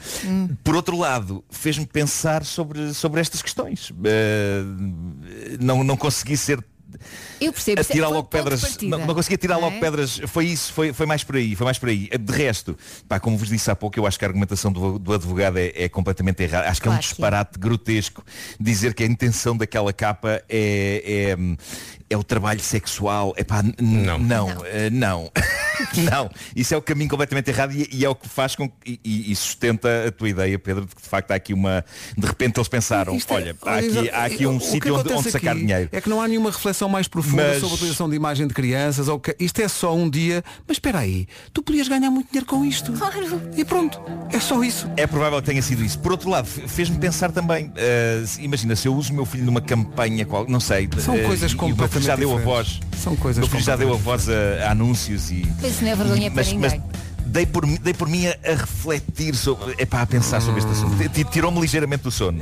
G: Por outro lado, fez-me pensar sobre, sobre estas questões. Eh, não, não consegui ser
D: Eu percebo.
G: a
D: isso é-
G: tirar
D: foi o
G: logo
D: ponto de
G: pedras.
D: partida,
G: Não, não conseguia tirar
D: não
G: logo
D: é?
G: pedras. Foi isso, foi, foi mais por aí, foi mais por aí. De resto, pá, como vos disse há pouco, eu acho que a argumentação do, do advogado é, é completamente errada. Acho que é um
M: Claro que é.
G: disparate grotesco dizer que a intenção daquela capa é, é, é o trabalho sexual. É pá, não. Não, eh, não. Não, isso é o caminho completamente errado e, e é o que faz com que- e, e sustenta a tua ideia, Pedro, de que de facto há aqui uma. De repente eles pensaram,
A: Isto é-
G: olha, há aqui, há aqui um
A: o que
G: sítio onde,
A: acontece
G: onde sacar
A: aqui
G: dinheiro.
A: É que não há nenhuma reflexão mais profunda
G: Mas-
A: sobre a utilização de imagem de crianças. Ou que... Isto é só um dia. Mas espera aí, tu podias ganhar muito dinheiro com isto. Claro. E pronto, é só isso.
G: É provável que tenha sido isso. Por outro lado, fe- fez-me pensar também, eh, se- imagina, se eu uso o meu filho numa campanha qual, não sei,
A: São
G: eh,
A: coisas
G: e o meu filho já
A: completamente
G: deu a
A: diferentes.
G: voz.
A: São coisas
G: O meu filho já deu a voz a, a anúncios e.
D: Mas isso não é vergonha
G: e-
D: para ninguém.
G: dei por, mim- dei por mim a, a refletir sobre. É a pensar sobre este assunto. Ti- Tirou-me ligeiramente do sono.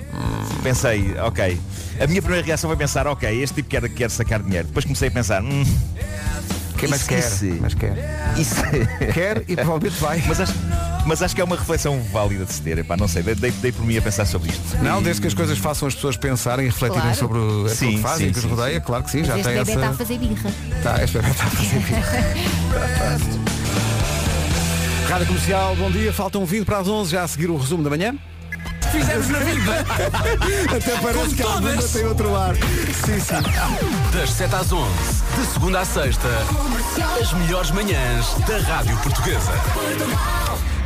G: Pensei, ok. A minha primeira reação foi pensar, ok, este tipo quer, quer sacar dinheiro. Depois comecei a pensar, hum.
A: Quem mais
G: e
A: quer?
G: se-
A: Mas quer.
G: isso.
A: Quer e provavelmente vai.
G: Mas acho, mas acho que é uma reflexão válida de se ter. Epá, não sei, dei, dei- dei por mim a pensar sobre isto.
A: Não, desde que as coisas façam as pessoas pensarem e refletirem
G: Claro.
A: sobre o, aquilo
G: Sim,
A: que fazem,
G: sim,
A: que os
G: sim,
A: rodeia,
G: sim.
A: claro que sim, já
N: Mas
A: tem
N: este bebê está a
A: essa.
N: fazer birra.
A: Tá, este bebê está a fazer Rádio Comercial, bom dia, faltam 20 para as 11, já a seguir o resumo da manhã.
J: Fizemos na vida.
A: Até parece
J: Com
A: que a
J: todas.
A: Amanda tem outro ar. Sim, sim.
B: Das 7 às 11, de segunda à sexta, as melhores manhãs da Rádio Portuguesa.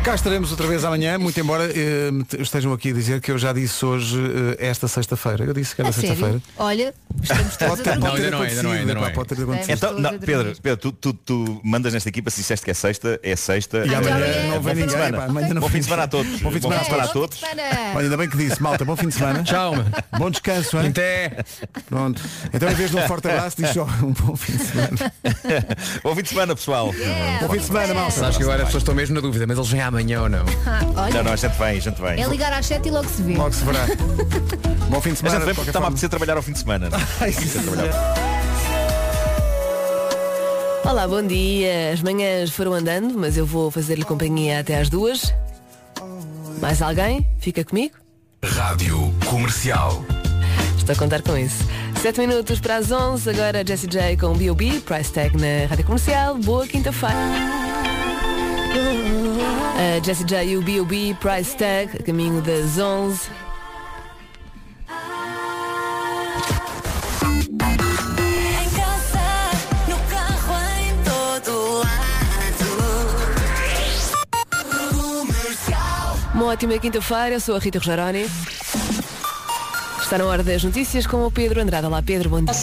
A: Cá estaremos outra vez amanhã, muito embora eh, me te- estejam aqui a dizer que eu já disse hoje eh, esta sexta-feira. Eu disse que era
D: A
A: É sexta-feira.
D: sério? Olha, estamos todos
A: Pode ter,
D: a
A: pode
D: dormir.
G: é,
A: ter acontecido, epá, pode ter acontecido.
G: Então, não, Pedro, Pedro tu, tu- tu mandas nesta equipa, se disseste que é sexta, é sexta.
A: E
G: É
A: amanhã
G: sexta.
A: não vem
G: Bom fim de
A: ninguém,
G: semana.
A: pá, amanhã não
G: Bom
A: vem
G: fim de semana a
A: ninguém.
G: todos.
A: Bom fim de semana a
G: para
A: todos.
G: todos.
A: Olha, ainda bem que disse, malta, bom fim de semana.
E: Tchau, mano.
A: Bom descanso, hein?
E: Até.
A: Pronto. Então, em vez de um forte abraço, diz só um bom fim de semana.
G: Bom fim de semana, pessoal.
A: Bom fim de semana, malta.
E: Sabes que agora as pessoas estão mesmo na dúvida, mas eles vêm amanhã ou não?
D: Ah,
G: Não, não,
D: Olha,
G: a gente vem, a gente vem.
D: é ligar às 7 e logo se vê.
A: Logo se verá. Bom fim de
G: A
A: semana.
G: gente vem porque está-me a apetecer trabalhar ao fim de semana.
O: Olá, bom dia. As manhãs foram andando, mas eu vou fazer-lhe companhia até às duas. Mais alguém? Fica comigo?
B: Rádio Comercial.
O: Estou a contar com isso. Sete minutos para as 11, agora Jessie J com B.O.B, Price Tag na Rádio Comercial. Boa quinta-feira. A Jessie J e o B.O.B, Price Tag, a caminho das 11.
J: Em casa, no carro, em todo lado. Comercial.
O: Uma ótima quinta-feira, eu sou a Rita Rogeroni. Está na hora das notícias com o Pedro Andrade. Olá, Pedro, bom dia.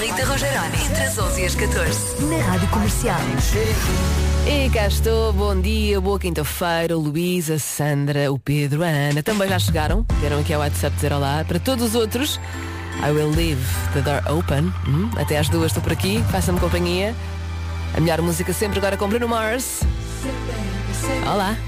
L: Rita Rogeroni, entre as 11 e as 14, na Rádio Comercial.
O: E cá estou, bom dia, boa quinta-feira, o Luís, a Sandra, o Pedro, a Ana, também já chegaram, vieram aqui ao WhatsApp dizer olá. Para todos os outros, I will leave the door open. Hum, Até às duas estou por aqui, façam-me companhia. A melhor música sempre agora com Bruno Mars. Olá.